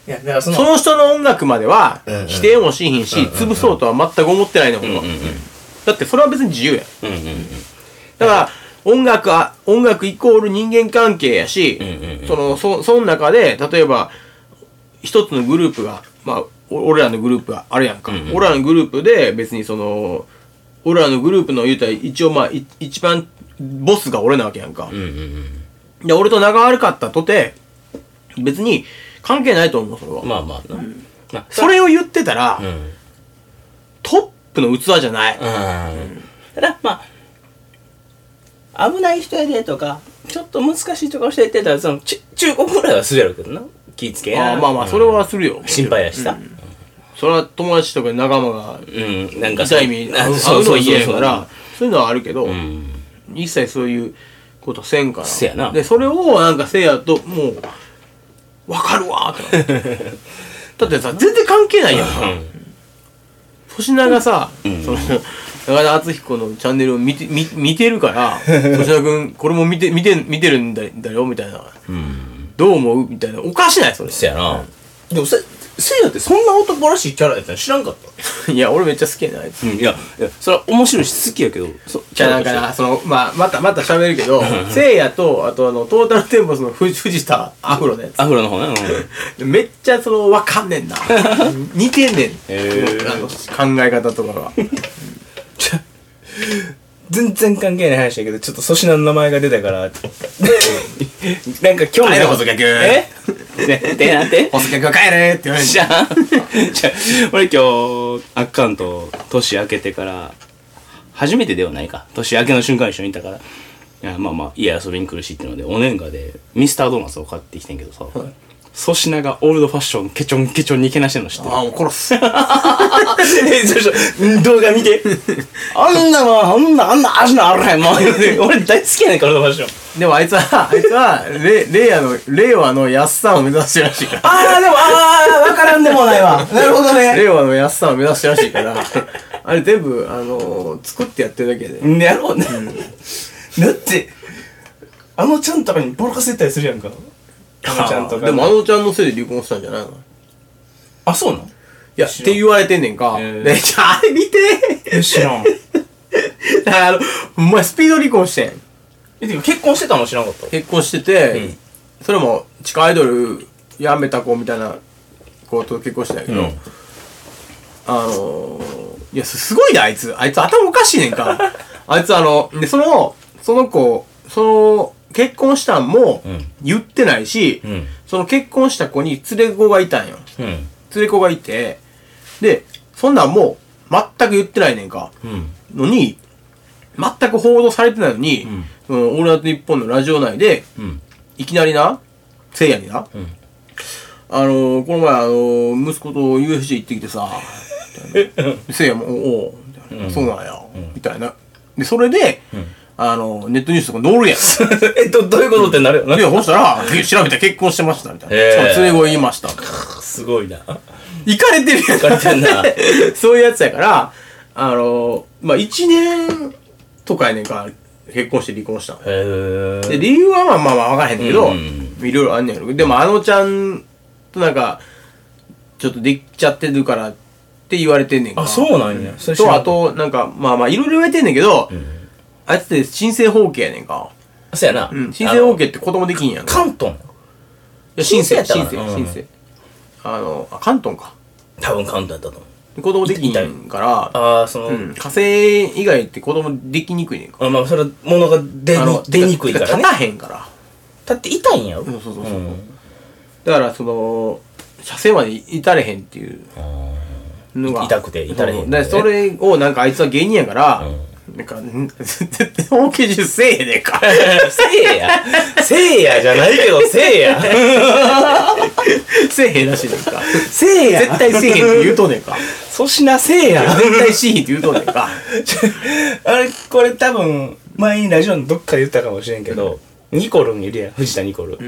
Speaker 2: いや、だからそ
Speaker 1: そ
Speaker 2: の、
Speaker 1: の人の音楽までは
Speaker 2: うんうん
Speaker 1: 否定もしひんし、潰そうとは全く思ってないねん、俺は。だってそれは別に自由やん。
Speaker 2: うんうんうん。
Speaker 1: だから、音楽は、音楽イコール人間関係やし、
Speaker 2: んうんうん
Speaker 1: その、そ、その中で、例えば、一つのグループが、まあ、お俺らのグループがあるやんか。俺らのグループで、別にその、俺らのグループの言うたら、一応まあ、い一番、ボスが俺なわけやんか。
Speaker 2: うんうん
Speaker 1: で、俺と仲悪かったとて、別に関係ないと思う、それは。
Speaker 2: うん。まあまあな。まあ、
Speaker 1: それを言ってたら、
Speaker 2: うん。
Speaker 1: トップの器じゃない。
Speaker 2: うんただまあ危ない人やでとかちょっと難しいとこしてってたらそのち中国ぐらいはするやろうけどな気ぃつけや
Speaker 1: あーまあまあ、それはするよ。
Speaker 2: 心配やしさ
Speaker 1: それは友達とか仲間が
Speaker 2: うん、なんか
Speaker 1: 痛い目に
Speaker 2: あ
Speaker 1: 遭う
Speaker 2: そう
Speaker 1: の
Speaker 2: そ
Speaker 1: は
Speaker 2: うそう
Speaker 1: 嫌や
Speaker 2: そう
Speaker 1: から、そういうのはあるけど、
Speaker 2: うん
Speaker 1: 一切そういうことせんから。
Speaker 2: せやな
Speaker 1: で、それをなんかせいやと、もう、わかるわーってなって。 だってさ、全然関係ないやんか。粗品がさ、その、中田敦彦のチャンネルを見て、見見てる から、粗品くん、これも見て、見て、見てるんだだよ、みたいな。
Speaker 2: うん
Speaker 1: どう思うみたいな。おかしないそれ。
Speaker 2: せやなでもせせいやってそんな男らしいキャラやったの知らんかった
Speaker 1: いや、俺めっちゃ好きやな、あいつ。
Speaker 2: うんいやいやそれは面白いし好きやけどそ
Speaker 1: じゃあなんかな、その、まあ、また、また喋るけど、せいやと、あとあの、トータルテンボスの藤藤田アフロのや
Speaker 2: アフロの方なうん
Speaker 1: つ。めっちゃその、わかんねんな。似てんねん。
Speaker 2: ー
Speaker 1: あの、考え方とかが。
Speaker 2: 全然関係ない話だけど、ちょっと粗品の名前が出た から、なんか
Speaker 1: 帰れ
Speaker 2: 興味こ
Speaker 1: 細
Speaker 2: と
Speaker 1: 木君
Speaker 2: えねで、なんて
Speaker 1: 細木君帰れって言われ
Speaker 2: じゃあ、じゃあ俺今日、あっかんと年明けてから、初めてではないか。年明けの瞬間一緒にいたから、いやまあまあ、家遊びに来るしっていうので、お年賀でミスタードーナツを買ってきてんけどさ、粗品がオールドファッションケチョンケチョンにけなしてんの知ってる
Speaker 1: あ、もう殺す。
Speaker 2: え、そうそううん、動画見て。あんなの、あんな、あんな足のあらへん、もう。 俺大好きやねん、体の場所。
Speaker 1: でもあいつは、あいつは、れ、れいやの、令和の安さんを目指してるらしいから。
Speaker 2: ああ、でも、ああ、わからんでもないわ。なるほど ね。
Speaker 1: 令和の安さんを目指してるらしいから、あれ全部、あの作ってやってるだけで。
Speaker 2: やろうね。だって、あのちゃんとかにボロカス言ったりするやんか。あのちゃんとか。
Speaker 1: でもあ、のちゃんのせいで離婚したんじゃないの
Speaker 2: あ、そうなん
Speaker 1: いや、って言われてんねんか。
Speaker 2: えー
Speaker 1: ね、じゃあ、あれ見て
Speaker 2: え、知ら ん。
Speaker 1: あの、お前スピード離婚してん。
Speaker 2: え、でも結婚してたの知らんかった。
Speaker 1: 結婚してて、それも地下アイドル辞めた子みたいな子と結婚してたんやけど、
Speaker 2: うん
Speaker 1: あのー、い や、すすごいな、あいつ。あいつ頭おかしいねんか。あいつあの、で、その、その子、その結婚したんも
Speaker 2: うん
Speaker 1: 言ってないし、
Speaker 2: うん
Speaker 1: その結婚した子に連れ子がいたんよ
Speaker 2: うん
Speaker 1: 連れ子がいてでそんなんもう全く言ってないねんか
Speaker 2: うん
Speaker 1: のに全く報道されてないのに、
Speaker 2: ん
Speaker 1: そのオールナイトニッポンのラジオ内で
Speaker 2: うん
Speaker 1: いきなりなせいやにな、
Speaker 2: ん
Speaker 1: あのーこの前あのー息子と UFC 行ってきて さみたいなせいやも「おおう」みたいな、そうなんや」みたいなでそれで、あのーネットニュースとか載る やん
Speaker 2: えっとどういうことってなるよな、
Speaker 1: いや、そしたら、調べて結婚してました、みたいな。
Speaker 2: へー
Speaker 1: しかも連れ子言いました。
Speaker 2: すごいな
Speaker 1: 行かれてるやん。
Speaker 2: かれてんな
Speaker 1: そういうやつやから、あの、まあ、1年とかやねんか、結婚して離婚したの。
Speaker 2: へ
Speaker 1: で、
Speaker 2: え
Speaker 1: 理由はまあまあまあ分からへんねんけど、
Speaker 2: うん
Speaker 1: いろいろあんねんやろ。でも、あのちゃんとなんか、ちょっとできちゃってるからって言われてんねんか。
Speaker 3: あ、そうなんや。それ知
Speaker 1: と、
Speaker 3: らん
Speaker 1: あと、なんか、まあまあ、いろいろ言われてんねんけど、あいつって申請法系やねんか。
Speaker 2: そうやな、
Speaker 1: うん、申請法系って子供できんやんか。
Speaker 2: 関東
Speaker 1: いや申請
Speaker 2: やったか
Speaker 1: 申
Speaker 2: な
Speaker 1: 請
Speaker 2: うん
Speaker 1: 申請あのあ関東か
Speaker 2: 多分関東やったと思う
Speaker 1: 子供でき
Speaker 2: いたい
Speaker 1: んから
Speaker 2: ああその、
Speaker 1: うん火星以外って子供できにくいねんか
Speaker 2: あまあそれは物が出
Speaker 1: あ
Speaker 2: に
Speaker 1: の
Speaker 2: 出にくいから
Speaker 1: て
Speaker 2: ね
Speaker 1: 立たへんから
Speaker 2: だって痛いんやろ
Speaker 1: そうそうそうそうんだからその射精まで至れへんっていうのが
Speaker 2: 痛くて至れへんのね
Speaker 1: でそれをなんかあいつは芸人やからなんかん絶対大きい10せえへんねん か
Speaker 2: せいやせいやじゃないけどせいや
Speaker 1: せえへんらしいねんか
Speaker 2: せい
Speaker 1: 絶対せえへんって言うとんねん か
Speaker 2: 粗品せいや
Speaker 1: 絶対しいひんって言うとんねんか
Speaker 2: あれこれ多分前にラジオのどっかで言ったかもしれんけど、ニコルにいるやん藤田ニコル、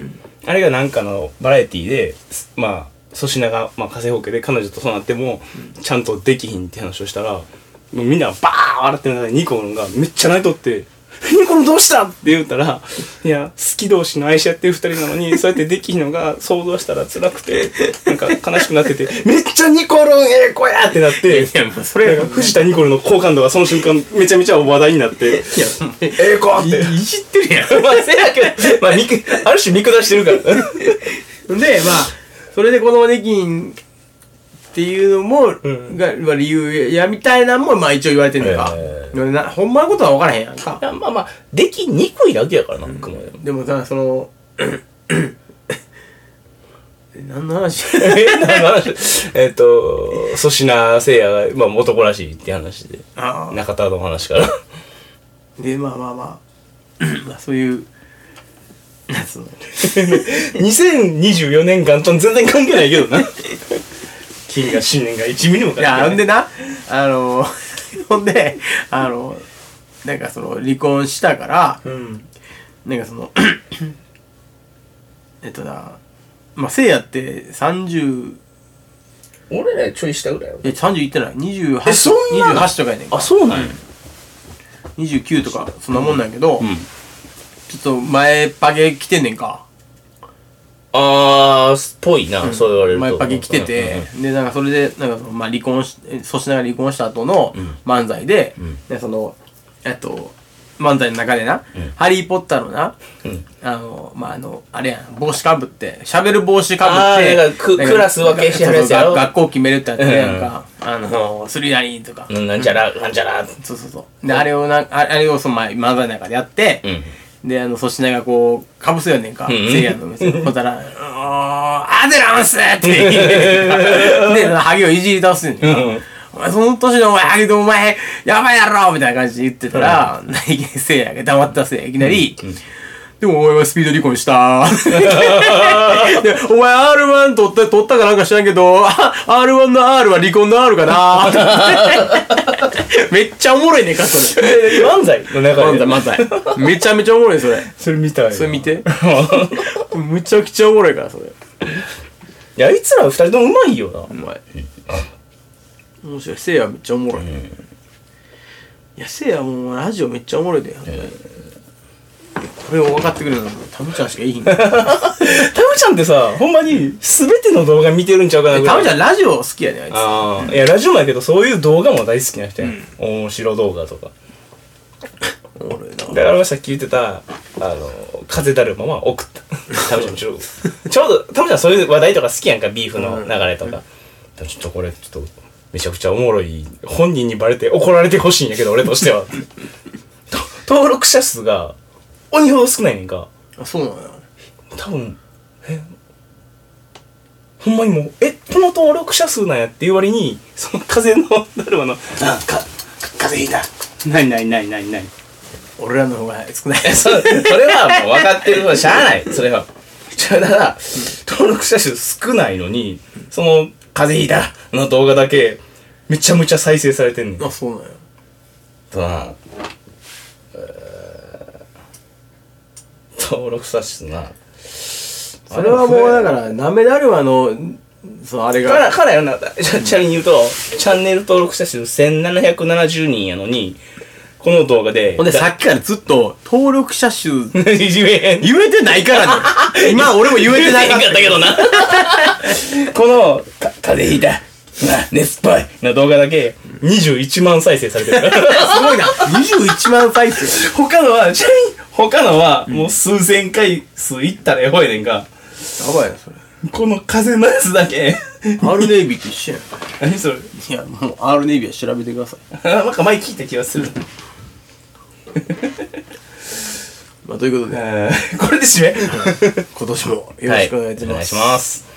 Speaker 2: あれがなんかのバラエティーですまあ粗品が、まあ、稼ほうけで彼女とそうなってもちゃんとできひんって話をしたらもうみんながバー笑ってる中でニコルがめっちゃ泣いとって「ニコルどうした?」って言ったら「いや好き同士の愛し合ってる二人なのにそうやってできひんのが想像したら辛くてなんか悲しくなってて「めっちゃニコルええ子や!」ってなって
Speaker 1: いやもうそれ
Speaker 2: なんか藤田ニコルの好感度がその瞬間めちゃめちゃ話題になって
Speaker 1: いやもう
Speaker 2: ええ子って
Speaker 1: いいじってるやん
Speaker 2: まあせやけど、まあ、見くある種見下してるから
Speaker 1: でまあそれで子供できんっていうのも、
Speaker 2: ん
Speaker 1: がまあ理由やみたいなんもまあ一応言われてんのか、
Speaker 2: え
Speaker 1: なほんまのことは分からへんやんか
Speaker 2: まあまあできにくいだけやからな僕も
Speaker 1: でもさその え何の話
Speaker 2: え何の話えっと粗品せいやが、まあ、男らしいって話で
Speaker 1: ああ
Speaker 2: 中田の話から
Speaker 1: でまあまあまあ まあそういうなんつうの
Speaker 2: 2024年元旦全然関係ないけどな金が新年が1ミリも関
Speaker 1: い
Speaker 2: 係
Speaker 1: や
Speaker 2: な
Speaker 1: ほ
Speaker 2: い
Speaker 1: んでなあの ほんであのなんかその離婚したから、
Speaker 2: うん
Speaker 1: なんかその えっとなまあせいやって30
Speaker 2: 俺らよりちょい下ぐらいよ
Speaker 1: え30いってない28
Speaker 2: えそんなの
Speaker 1: 28とかやねん
Speaker 2: あそうなんや
Speaker 1: 29とかそんなもんなんやけど、
Speaker 2: ん
Speaker 1: ちょっと前パゲ来てんねんか
Speaker 2: あーっぽいな、そう言われると
Speaker 1: 前パゲ来てて、でなんかそれでなんかその、まあ、離婚しえ粗品が離婚した後の漫才で,、でそのえっと漫才の中でな「ハリー・ポッター」のな、
Speaker 2: ん
Speaker 1: あのまああのあれやん帽子かぶってしゃべる帽子かぶ
Speaker 2: あ
Speaker 1: って
Speaker 2: ーなんかク
Speaker 1: なん
Speaker 2: クラス分けしてはるやつやろ
Speaker 1: そうそう学学校決めるってやつやんか、あのスリラリンとか、
Speaker 2: うんなんちゃらなんちゃら
Speaker 1: そうそうそうであれをなああれをその前漫才の中でやって、
Speaker 2: うん
Speaker 1: で、あの、粗品がこう、かぶすよねんか。
Speaker 2: ん
Speaker 1: せいやの店 に。ほんたら、うーアデランスって言うねんかで、ハゲをいじり倒すねんか
Speaker 2: うん。
Speaker 1: お前、その年のお前、ハゲとお前、やばいやろみたいな感じで言ってたら、何気にせいやが黙ったせいや、いきなり、でもお前はスピード離婚した。で お前 R1 取った、取ったかなんか知らんけど、あ R1 の R は離婚の R かな めっちゃおもろいねんか、それ。
Speaker 2: 漫才の中
Speaker 1: 漫
Speaker 2: で
Speaker 1: 才、漫才。めちゃめちゃおもろい、それ。
Speaker 2: それ見たい
Speaker 1: それ見てむちゃくちゃおもろいからそれ
Speaker 2: いやあいつら二人ともうまいよな
Speaker 1: お前面白いせいやめっちゃおもろい、いやせいやもうラジオめっちゃおもろいで、これを分かってくれるのはタムちゃんしかい いんだタ
Speaker 2: タムちゃんってさほんまに全ての動画見てるんちゃうかなぐらい
Speaker 1: ムちゃ
Speaker 2: ん
Speaker 1: んラジオ好きやねあいつ
Speaker 2: ああいやラジオもやけどそういう動画も大好きな人やん、面白動画とか
Speaker 1: おもろいな
Speaker 2: だから俺さっき言ってたあの風だるまは送ったタムちゃんちょう どちょうどタムちゃんそういう話題とか好きやんかビーフの流れとか、タムちょっとこれちょっとめちゃくちゃおもろい本 人にバレて怒られてほしいんやけど俺としてはと登録者数が鬼ほど少ないねんか
Speaker 1: あそうなのよ
Speaker 2: 多分えほんまにもうえこの登録者数なんやっていう割にその風のだるま の「あかか風邪ひいた」
Speaker 4: ないないないないない。
Speaker 1: 俺らの方が少ない
Speaker 2: そそれはもう分かってるからしゃあないそれはじゃあだから登録者数少ないのにその「風邪ひいた」の動画だけめちゃめちゃ再生されてんねん
Speaker 1: あそうなのよ
Speaker 2: とな、えー登録者数な
Speaker 1: それはもうだからなめだるまのそのあれ
Speaker 2: か
Speaker 1: が
Speaker 2: らからやろなちゃちなみに言うとチャンネル登録者数1770人やのにこの動画で
Speaker 1: ほん でさっきからずっと登録者数
Speaker 2: いじめへん
Speaker 1: 言えてないから ね今俺も言えてな
Speaker 2: 言
Speaker 1: か
Speaker 2: え
Speaker 1: った
Speaker 2: てへん かったけどなこの「か風邪ひいた」な熱っぽいな動画だけ21万再生さ れてるから
Speaker 1: すごいな21万再生
Speaker 2: 他のはちなみに他のはもう数千回数いったらやばいねんが
Speaker 1: やばいなそれ
Speaker 2: この風のやつだけ
Speaker 1: R ネイビーと一緒やん
Speaker 2: 何それ
Speaker 1: いやもう R ネイビーは調べてください
Speaker 2: なんか前聞いた気がする
Speaker 1: まあということで
Speaker 2: これで締め
Speaker 1: 今年もよろしくお願いいたします、
Speaker 2: ます